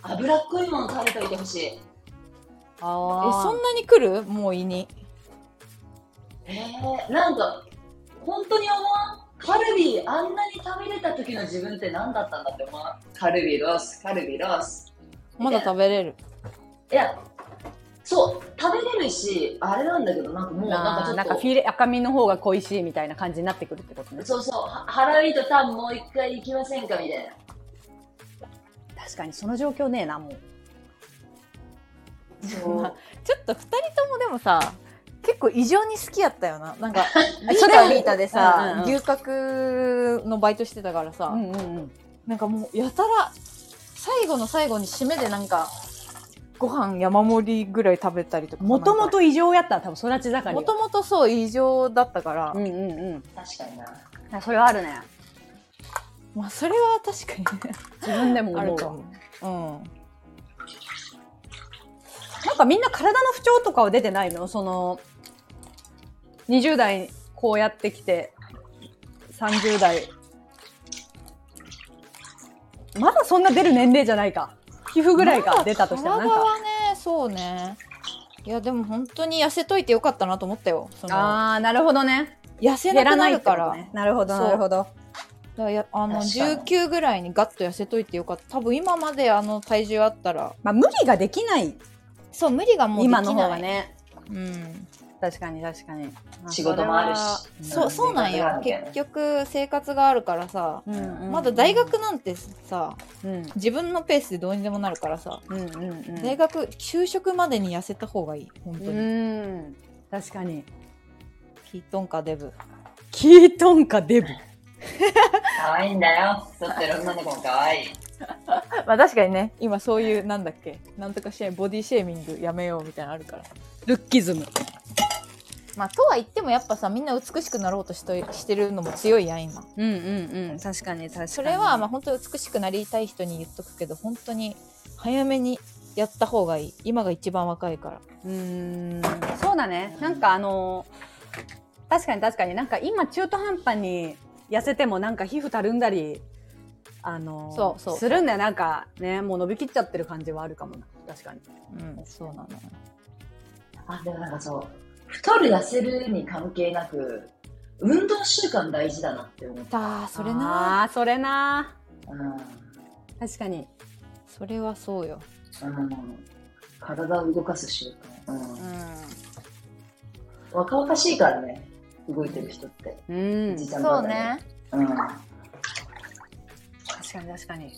Speaker 3: 脂っこいもの食べておいてほしい
Speaker 2: え
Speaker 1: そ
Speaker 2: そ
Speaker 1: ん
Speaker 2: んなに来るもう胃に
Speaker 3: えー、なんか本当に思わんカルビーあんなに食べれた時の自分って何だったんだって思わんカルビーロースカルビーロース
Speaker 2: まだ食べれる
Speaker 3: いやそう食べれるしあれなんだけどなんかもうな
Speaker 1: な
Speaker 3: んかちょっと
Speaker 1: なんかフィレ赤身の方が恋しいみたいな感じになってくるってことね
Speaker 3: そうそうは腹いとタンもう一回行きませんかみたいな
Speaker 1: 確かにその状況ねえなもう
Speaker 3: そう
Speaker 2: ちょっと2人ともでもさ結構異常に好きやったよななん か
Speaker 1: あ
Speaker 2: それを見た
Speaker 1: うん
Speaker 2: で
Speaker 1: うん
Speaker 2: さ
Speaker 1: うん
Speaker 2: 牛角のバイトしてたからさ、
Speaker 1: うんうんうん
Speaker 2: なんかもうやたら最後の最後に締めでなんかご飯山盛りぐらい食べたりとか
Speaker 1: もとも
Speaker 2: なんか
Speaker 1: と異常やったら多分育ち盛り
Speaker 2: もともとそう異常だったから、
Speaker 1: うんうんうん
Speaker 3: 確かにな
Speaker 1: あそれはあるね
Speaker 2: まあそれは確かにね
Speaker 1: 自分でも
Speaker 2: あ
Speaker 1: 思
Speaker 2: る
Speaker 1: う
Speaker 2: か
Speaker 1: わ
Speaker 2: も、うん、
Speaker 1: なんかみんな体の不調とかは出てないのその20代こうやってきて30代まだそんな出る年齢じゃないか皮膚ぐらいが出たとしてもなん
Speaker 2: 体
Speaker 1: か
Speaker 2: はねそうねいやでも本当に痩せといてよかったなと思ったよその
Speaker 1: ああーなるほどね
Speaker 2: 痩せなくなるから
Speaker 1: 減なるほど
Speaker 2: そう
Speaker 1: なるほど
Speaker 2: だからやあの
Speaker 3: 確かに
Speaker 2: 19ぐらいにガッと痩せといてよかった多分今まであの体重あったら
Speaker 1: まあ無理ができない
Speaker 2: そう無理がもうできな
Speaker 1: 今
Speaker 2: い
Speaker 1: の方がね
Speaker 2: うん、
Speaker 1: 確かに確かに
Speaker 3: 仕事もあるし
Speaker 2: そうそうなんよ
Speaker 3: 生活がある
Speaker 2: 結局生活があるからさ、
Speaker 1: それはうんうん
Speaker 2: まだ大学なんてさ
Speaker 1: うん
Speaker 2: 自分のペースでどうにでもなるからさ、
Speaker 1: うんうんうん
Speaker 2: 大学就職までに痩せた方がいい本当
Speaker 1: う
Speaker 2: に、
Speaker 1: ん確かに
Speaker 2: キートンかデブ
Speaker 1: キートンかデブ
Speaker 3: 可愛いんだよ太ってる女の子も可愛い
Speaker 2: まあ確かにね今そういうなんだっけなんとかシェボディシェーミングやめようみたいなのあるから
Speaker 1: ルッキズム
Speaker 2: まあとは言ってもやっぱさみんな美しくなろうとしとしてるのも強いやん今
Speaker 1: うんうんうん確かに確かに
Speaker 2: それはまあ本当に美しくなりたい人に言っとくけど本当に早めにやった方がいい今が一番若いから
Speaker 1: うーんそうだねなんかあの確かに確かになんか今中途半端に痩せてもなんか皮膚たるんだりあの
Speaker 2: そうそう
Speaker 1: するんだよなんかねもう伸びきっちゃってる感じはあるかもな確かに
Speaker 2: うんそうなのよ
Speaker 3: あ、でもなんかそう、太る痩せるに関係なく、運動習慣大事だなって思った。
Speaker 2: だーそれな
Speaker 1: あーそれな
Speaker 3: うん、
Speaker 1: 確かに
Speaker 2: それはそうよ。
Speaker 3: うん、体を動かす習慣、うん
Speaker 2: う
Speaker 3: 若々しいからね動いてる人って、
Speaker 1: うん
Speaker 3: じいちゃ
Speaker 2: ん。
Speaker 3: ん
Speaker 2: そう
Speaker 3: ばあだ
Speaker 2: ね
Speaker 3: ね。うん、
Speaker 1: 確かに確かに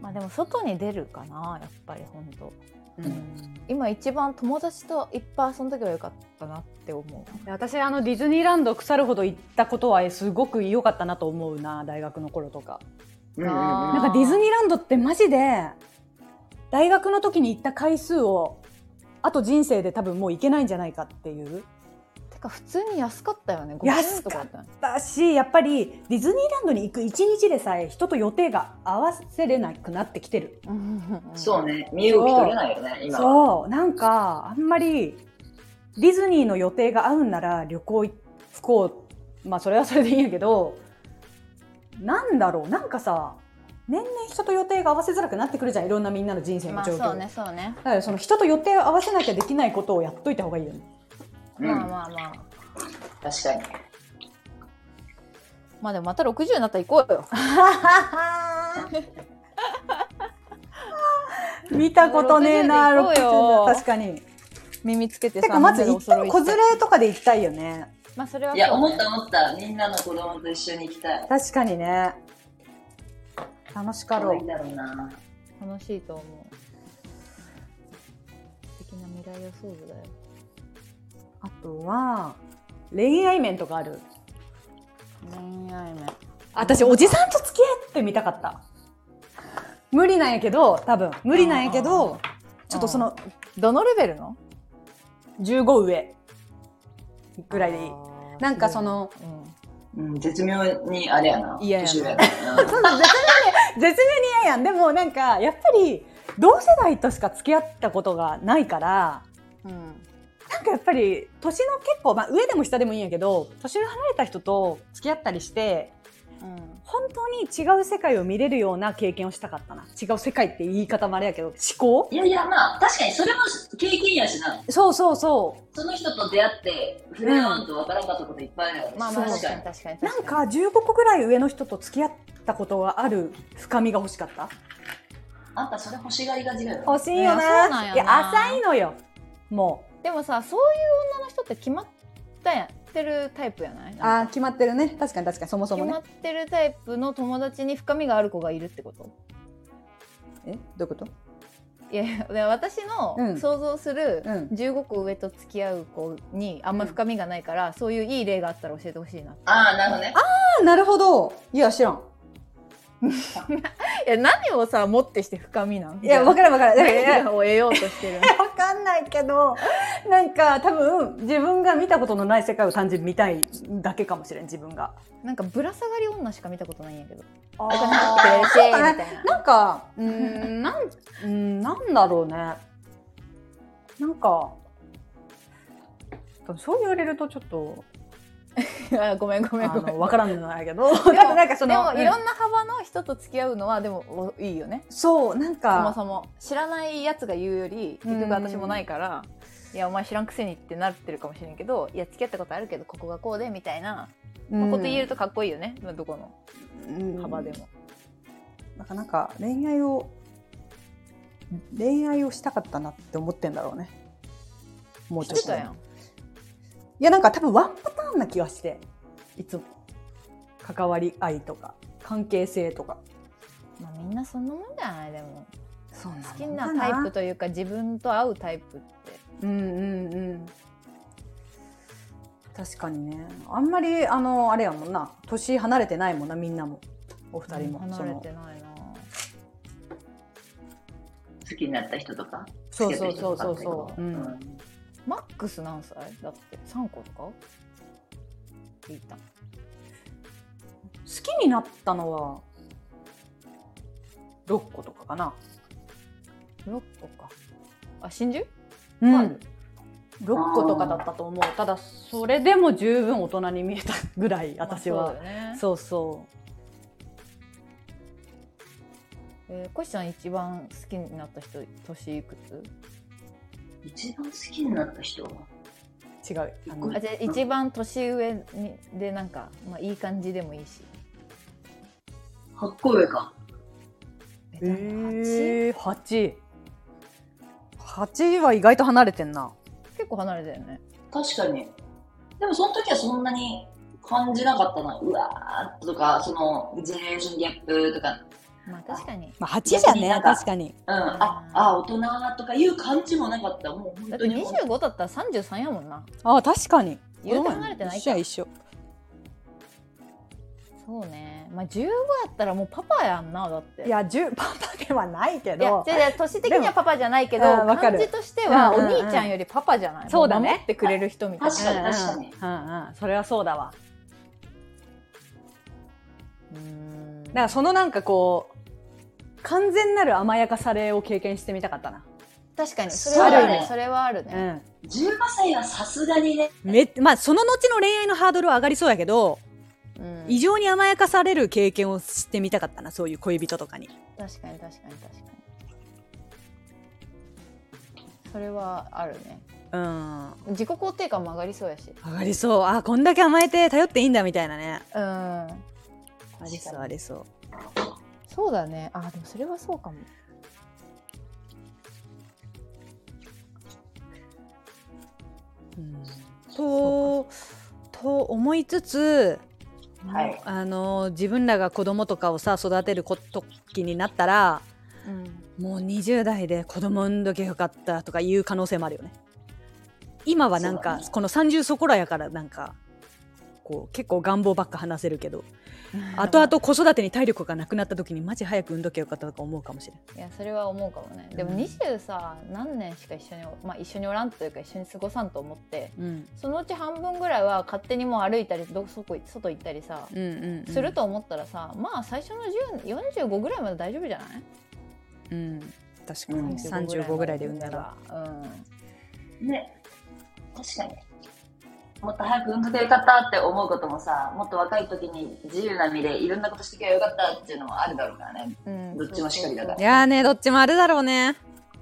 Speaker 2: まあでも外に出るかな、やっぱり本当。
Speaker 1: うん
Speaker 2: 今一番友達といっぱい遊んだ時は良かったなって思
Speaker 1: で私あのディズニーランド腐るほど行ったことはえすごく良かったなと思うな大学の頃とか
Speaker 3: うんうん
Speaker 2: あ
Speaker 1: なんかディズニーランドってマジで大学の時に行った回数をあと人生で多分もう行けないんじゃないかっていう
Speaker 2: う。てか普通に安かったよね。50
Speaker 1: 安
Speaker 2: 円とか
Speaker 1: か
Speaker 2: だ
Speaker 1: っ
Speaker 2: ったよね。
Speaker 1: たしやっぱりディズニーランドに行く一日でさえ人と予定が合わせれなくなってきてる
Speaker 3: うんそうね身動き取れないよね今は
Speaker 1: そうなんかあんまりディズニーの予定が合うんなら旅行不幸まあそれはそれでいいんやけどなんだろうなんかさ年々人と予定が合わせづらくなってくるじゃんいろんなみんなの人生の
Speaker 2: まあ
Speaker 1: 状況、
Speaker 2: そうね、そうね。
Speaker 1: だからその人と予定を合わせなきゃできないことをやっといた方がいいよね
Speaker 3: うん、
Speaker 2: まあまあまあ。
Speaker 3: 確かに
Speaker 2: まあでもまた60になったら行こうよ。
Speaker 1: 見たことねえな
Speaker 2: 60で行こうよ
Speaker 1: 確かに
Speaker 2: 耳つけて
Speaker 1: てかまず一旦子
Speaker 2: こ
Speaker 1: 連
Speaker 2: ず
Speaker 1: れとかで行きたいよね
Speaker 2: まあそれはそ
Speaker 3: いう
Speaker 2: ね
Speaker 3: や思った思ったみんなの子供と一緒に行きたい
Speaker 1: 確かにね楽しか
Speaker 3: 可
Speaker 1: ろ
Speaker 3: 愛
Speaker 1: う
Speaker 3: いだろうな
Speaker 2: 楽しいと思う。素敵な未来予想図だよ。
Speaker 1: あとは恋愛面とかある
Speaker 2: 恋愛面。
Speaker 1: 私おじさんと付き合ってみたかった無理なんやけど多分無理なんやけどちょっとその
Speaker 2: どのレベルの？
Speaker 1: 15上ぐらいでいい
Speaker 2: あー
Speaker 1: なんかそ、の
Speaker 2: すごいね
Speaker 3: うん、絶妙にあれやな。
Speaker 1: いやいや
Speaker 3: 年上や
Speaker 1: そうそう絶妙に絶妙に嫌やんでもなんかやっぱり同世代としか付き合ったことがないから
Speaker 2: うん、うん
Speaker 1: なんかやっぱり年の結構、まあ、上でも下でもいいんやけど年の離れた人と付き合ったりして
Speaker 2: うん
Speaker 1: 本当に違う世界を見れるような経験をしたかったな違う世界って言い方もあれやけど思考
Speaker 3: いやいや、まあ、確かにそれも経験やしな。
Speaker 1: そうそうそう
Speaker 3: その人と出会って、触れ合わんとわからんかったこといっぱいあるよね
Speaker 2: まあまあ
Speaker 3: 確
Speaker 2: 確
Speaker 3: か
Speaker 2: か
Speaker 3: に
Speaker 2: に。確かに確か
Speaker 1: なん
Speaker 2: に。
Speaker 1: か15個ぐらい上の人と付き合ったことがある深みが欲しかった
Speaker 3: あんたそれ欲しがりがちだよ。
Speaker 1: 欲しい
Speaker 2: よ
Speaker 1: よ
Speaker 2: な
Speaker 1: な,、
Speaker 2: いや
Speaker 1: いや浅いのよも
Speaker 2: でもさそういう女の人って決まったやってるタイプやないうなんか
Speaker 1: 決まってるね確かに確かにそもそ
Speaker 2: 決まってるタイプの友達に深みがある子がいるってこと？
Speaker 1: えどういうこと
Speaker 2: いやいやで私
Speaker 1: う
Speaker 2: の
Speaker 1: ん
Speaker 2: 想像する
Speaker 1: うん
Speaker 2: 15個上と付き合う子にあんま深みがないから、そういういい例があったら教えてほしいな。 い
Speaker 3: ああ、なるほどね。
Speaker 1: あなるほどいや知らん
Speaker 2: や何をさ持ってして深みなん
Speaker 1: いやわからんわからんい やい
Speaker 2: 何
Speaker 1: や
Speaker 2: を得ようとしてるの
Speaker 1: わかんないけどなんか多分自分が見たことのない世界を単純に見たいだけかもしれん自分が
Speaker 2: なんかぶら下がり女しか見たことないんやけど。
Speaker 1: あ
Speaker 2: あこんなん来てくれるしみたいな。
Speaker 1: なんか、うーん、なん、うーん、なんだろうね。なんか。そう言われるとちょっと、
Speaker 2: あごめんご
Speaker 1: あ
Speaker 2: めんごめん。
Speaker 1: の、わからんのないけど、でもなんかそ
Speaker 2: でも
Speaker 1: の、
Speaker 2: いろんな幅の人と付き合うのはでもおいいよね。
Speaker 1: そう、なん
Speaker 2: そも
Speaker 1: か、
Speaker 2: そも知らないやつが言うより結局私もないから。いやお前知らんくせにってなってるかもしれんけどいや付き合ったことあるけどここがこうでみたいな、
Speaker 1: うん
Speaker 2: こと言えるとかっこいいよねどこの
Speaker 1: うん
Speaker 2: 幅でも、
Speaker 1: なんか、なんか恋愛を、恋愛をしたかったなって思ってんだろうね。もう
Speaker 2: し
Speaker 1: ちょ
Speaker 2: て
Speaker 1: っと。
Speaker 2: た
Speaker 1: い
Speaker 2: やん
Speaker 1: や、なんか多分ワンパターンな気がして、いつも。関わり合いとか、関係性とか。
Speaker 2: まあ、みんなそんなもんじゃないでも
Speaker 1: そうなの
Speaker 2: 好
Speaker 1: か
Speaker 2: きなタイプというか自分と合うタイプって
Speaker 1: うんうんうん確かにねあんまりあのあれやもんな年離れてないもんなみんなもお二人も、
Speaker 2: 離
Speaker 1: そ
Speaker 2: れ
Speaker 1: の
Speaker 2: てないな
Speaker 3: 好きになった人とか。
Speaker 1: そう
Speaker 3: 付き合
Speaker 1: そ
Speaker 3: っ
Speaker 1: う
Speaker 3: た
Speaker 1: そ
Speaker 3: 人
Speaker 1: う
Speaker 3: とか
Speaker 1: そうそう、
Speaker 3: ってこと
Speaker 1: う
Speaker 3: うん
Speaker 1: ん、
Speaker 2: マックス何歳だって3個とか聞いた
Speaker 1: 好きになったのは6個とかかな
Speaker 2: 6個かあ真珠
Speaker 1: うん6個とかだったと思うただそれでも十分大人に見えたぐらい私は、
Speaker 2: まあそうだよね
Speaker 1: そうそう
Speaker 2: えー、コシちゃん一番好きになった人年いくつ
Speaker 3: 一番好きになった人は
Speaker 1: 違うあの
Speaker 2: あじゃあ一番年上にでなんか、まあ、いい感じでもいいし
Speaker 3: 八個上か。
Speaker 1: えー、8。8は意外と離れてんな。
Speaker 2: 結構離れたよね。
Speaker 3: 確かに。でもその時はそんなに感じなかったな。うわーとか、その、ジェネレーションギャップとか、
Speaker 2: まあ確かに。
Speaker 1: まあ、8じゃ
Speaker 3: 逆に
Speaker 1: ね
Speaker 3: なん、か
Speaker 1: 確かに。
Speaker 3: うん、あ、あ、大人とかいう感じもなかった。も
Speaker 2: だ
Speaker 3: う本
Speaker 2: って
Speaker 3: 当にもう。
Speaker 2: 25だったら33やもんな。
Speaker 1: ああ、確かに。
Speaker 2: 言うて離れてないか
Speaker 1: 一緒や一緒。
Speaker 2: そうね。まあ15やったらもうパパやんな、だって。
Speaker 1: いや、10、パパではないけ
Speaker 2: いや
Speaker 1: ど、。
Speaker 2: じゃあ年的にはパパじゃないけど、
Speaker 1: でもあーわかる
Speaker 2: 感じとしては
Speaker 1: う
Speaker 2: お
Speaker 1: んうんうん
Speaker 2: 兄ちゃんよりパパじゃない。
Speaker 1: そうだね
Speaker 2: も守ってくれる人みたいな
Speaker 3: 確。かに確かに。
Speaker 1: うんうん、それはそうだわ。
Speaker 2: うーん
Speaker 1: だからそのなんかこう、完全なる甘やかされを経験してみたかったな。
Speaker 2: 確かに。それはある
Speaker 3: そうだ
Speaker 2: ね
Speaker 3: ね。
Speaker 2: それはあるね。
Speaker 3: 15歳はさすがにね、
Speaker 1: うん。めまあ、その後の恋愛のハードルは上がりそうやけど、
Speaker 2: うん
Speaker 1: 異常に甘やかされる経験をしてみたかったな、そういう恋人とかに。
Speaker 2: 確かに確かに確かにそれはあるね
Speaker 1: うん。上
Speaker 2: 自己肯定感も上がりそうやし
Speaker 1: がりそう。あ、こんだけ甘えて頼っていいんだみたいなね。
Speaker 2: うん
Speaker 1: ありそう、ありそう。
Speaker 2: そうだねあでもそれはそうかも
Speaker 1: とと思いつつ、
Speaker 3: はい
Speaker 1: あの自分らが子供とかをさ育てるこ時になったら
Speaker 2: うん
Speaker 1: もう20代で子供産んどけよかったとかいう可能性もあるよね今はなん
Speaker 3: そう
Speaker 1: か、
Speaker 3: だね
Speaker 1: この30そこらやからなんかこう結構願望ばっか話せるけど後々子育てに体力がなくなった時にマジ早く産んどけよかったとか思うかもしれない
Speaker 2: いやそれは思うかもねでも
Speaker 1: うん
Speaker 2: 20さ何年しか一緒におまあ一緒におらんというか一緒に過ごさんと思って
Speaker 1: うん
Speaker 2: そのうち半分ぐらいは勝手にもう歩いたりどそこ外行ったりさ
Speaker 1: うんうんうん
Speaker 2: すると思ったらさ、まあ最初の10 45ぐらいまで大丈夫じゃない
Speaker 1: うん確か
Speaker 3: うん
Speaker 1: に35ぐらいで産んだら、
Speaker 2: うん
Speaker 3: ね、確かに。もっと早く産んでよかったって思うこともさ、もっと若い時に自由な身でいろんなことしてきゃよかったっていうのもあるだろうからね。
Speaker 2: うん
Speaker 3: どっちもしかりだから
Speaker 1: いやーねどっちもあるだろうね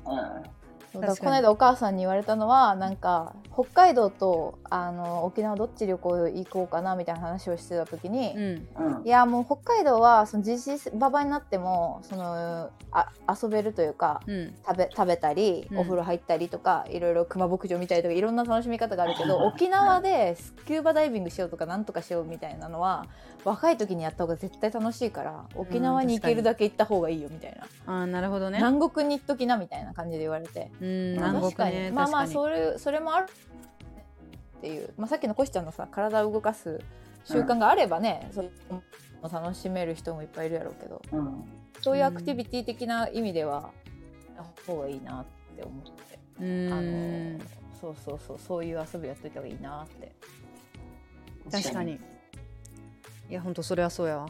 Speaker 3: う
Speaker 2: そうだから
Speaker 1: 確か
Speaker 2: こ
Speaker 1: に
Speaker 2: の間お母さんに言われたのはなんか北海道とあの沖縄どっち旅行行こうかなみたいな話をしてた時に、
Speaker 1: うん
Speaker 3: ん。うん
Speaker 2: い。やもう北海道はそのじじばばになってもそのあ遊べるというか
Speaker 1: うん
Speaker 2: 食べ食べたり、
Speaker 1: うん
Speaker 2: お風呂入ったりとかいろいろ熊牧場見たりとかいろんな楽しみ方があるけど
Speaker 3: うん
Speaker 2: 沖縄でスキューバダイビングしようとかなんとかしようみたいなのは若い時にやった方が絶対楽しいから沖縄に行けるだけ行った方がいいよみたいな、
Speaker 1: ああなるほどね
Speaker 2: 南国に行っときなみたいな感じで言われて。
Speaker 1: うん
Speaker 3: まあ
Speaker 1: 南
Speaker 2: 確か
Speaker 1: 国
Speaker 2: に
Speaker 1: ね
Speaker 2: まあまあ
Speaker 1: 確かに
Speaker 2: それそれもあるっていう、まあ、さっきのコシちゃんのさ体を動かす習慣があればね、そういうのも楽しめる人もいっぱいいるやろうけど
Speaker 3: うん。
Speaker 2: そういうアクティビティ的な意味ではやった方がいいなって思って、
Speaker 1: う
Speaker 2: あ
Speaker 1: ん
Speaker 2: のそうそうそうそういう遊びやっといた方がいいなって
Speaker 1: 確かに。いや本当それはそうやわ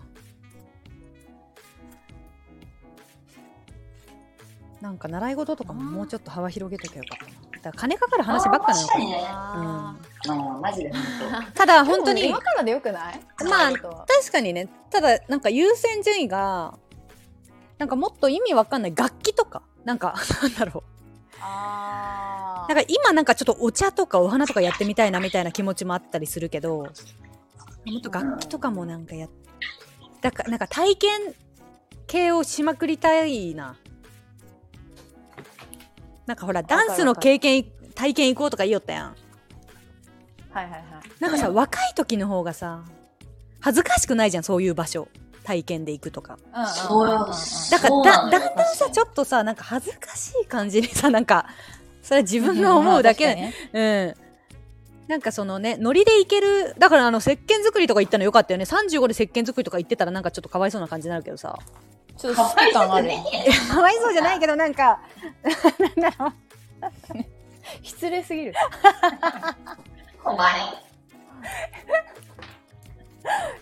Speaker 1: なんか習い事とかももうちょっと幅広げときゃよかったなだから金かかる話ばっかなのか
Speaker 3: あー確かにね。
Speaker 1: な、
Speaker 3: うん、マジで本
Speaker 1: うん、ただ
Speaker 2: でも
Speaker 1: 本当に
Speaker 2: 今からでよくない
Speaker 1: まあ
Speaker 2: そういうことは
Speaker 1: 確かにねただなんか優先順位がなんかもっと意味わかんない楽器とかなんか なんだろ
Speaker 2: あ
Speaker 1: う
Speaker 2: ー
Speaker 1: なんか今なんかちょっとお茶とかお花とかやってみたいなみたいな気持ちもあったりするけどもっと楽器とかもなんかやだからなんか体験系をしまくりたいななんかほらダンスの経験体験行こうとか言いよったやん
Speaker 2: はいはいはい
Speaker 1: なんかさ若い時の方がさ恥ずかしくないじゃんそういう場所体験で行くとか
Speaker 2: うんうんうんうんうん
Speaker 3: そうよ
Speaker 1: だか
Speaker 3: そ
Speaker 1: ら
Speaker 3: うな
Speaker 1: だ
Speaker 3: のよ
Speaker 1: だんだんさ
Speaker 3: 確かに
Speaker 1: ちょっとさなんか恥ずかしい感じにさなんかそれは自分が思うだけ、
Speaker 2: まあ確かにね
Speaker 1: うんなんかそのねノリでいけるだからあの石鹸作りとか行ったのよかったよね35で石鹸作りとか行ってたらなんかちょっとかわいそうな感じになるけどさ
Speaker 2: ちょっと好き感あるよ
Speaker 1: かわいそうじゃないけどなんか なんだろう
Speaker 2: 失礼すぎる
Speaker 3: 当。お前。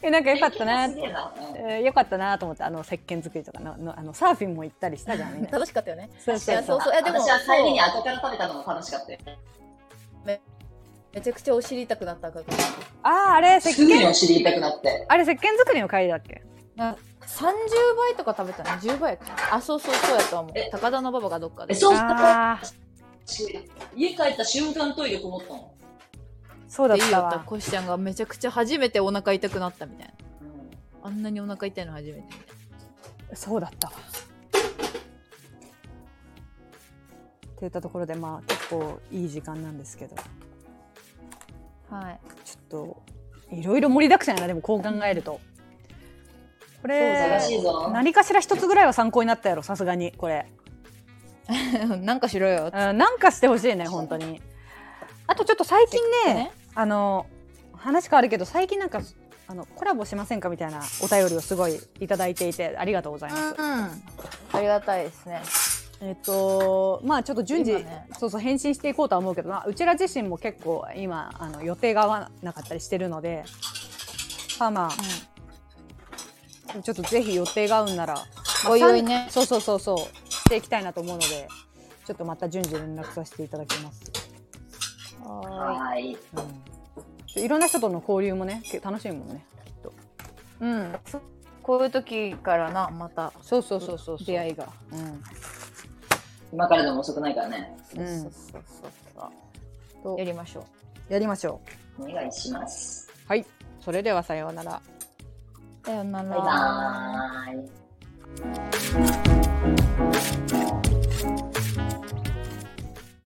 Speaker 1: えなんかよかったな
Speaker 3: すげえなうん
Speaker 1: えーよかったなと思ってあの石鹸作りとかののあのサーフィンも行ったりしたじゃんみんな
Speaker 2: 楽しかったよね
Speaker 1: そう
Speaker 2: いやそうそういやでも
Speaker 3: 私は帰りに後から食べたのも楽しかったよ。
Speaker 2: めちゃくちゃお尻痛くなったから
Speaker 1: あああれ石
Speaker 3: すぐに
Speaker 1: 鹸
Speaker 3: お尻痛くなって。
Speaker 1: あれ石鹸作りの帰りだっけ
Speaker 2: な30倍とか食べたね10倍かあそうそうそうやと思う
Speaker 3: え
Speaker 2: 高田の馬場がどっか
Speaker 3: え、
Speaker 2: で
Speaker 3: そうだ。
Speaker 1: ああ
Speaker 3: 家帰った瞬間トイレこもったの。
Speaker 1: そうだっ
Speaker 2: いい
Speaker 1: た
Speaker 2: よった
Speaker 1: わ
Speaker 2: コシちゃんがめちゃくちゃ初めてお腹痛くなったみたいな
Speaker 3: うん
Speaker 2: あんなにお腹痛いの初めて
Speaker 1: そうだったわといったところで、まあ、結構いい時間なんですけど、ちょ
Speaker 2: はい。
Speaker 1: っと、いろいろ盛りだくさんやな、でもこう考えると。こ
Speaker 3: 忙
Speaker 1: れ
Speaker 3: し、いぞ。
Speaker 1: 何かしら一つぐらいは参考になったやろ、さすがに、これ。
Speaker 2: なんかしろよ。
Speaker 1: うん、なんかしてほしいね、本当に。あとちょっと最近ね、あの話変わるけど最近なんかあのコラボしませんかみたいなお便りをすごいいただいていてありがとうござい
Speaker 2: うん、
Speaker 1: ます。
Speaker 2: ありがたいですね。
Speaker 1: えっとまあちょっと順次、
Speaker 2: 今ね
Speaker 1: そうそう返信していこうとは思うけどなうちら自身も結構今あの予定が合わなかったりしてるのでまあまあちょっとぜひ予定が合うんなら、まあ
Speaker 2: おいおいね
Speaker 1: さんそうそうそうそうしていきたいなと思うのでちょっとまた順次連絡させていただきます。
Speaker 2: は
Speaker 3: はーい。
Speaker 1: うん、いろんな人との交流もねけ楽しいもんね。
Speaker 2: ーい。うん。そこういう時からな、また
Speaker 1: そうそうそうそうそう
Speaker 2: 出会いが。
Speaker 1: うん
Speaker 3: 今からでも遅くないからね。
Speaker 1: うん
Speaker 2: そうそうそうそう。
Speaker 1: と
Speaker 2: やりましょう。
Speaker 1: やりましょう。
Speaker 3: お願いします。
Speaker 1: はい。それではさようなら。
Speaker 2: さよなら。
Speaker 3: バイバーイ。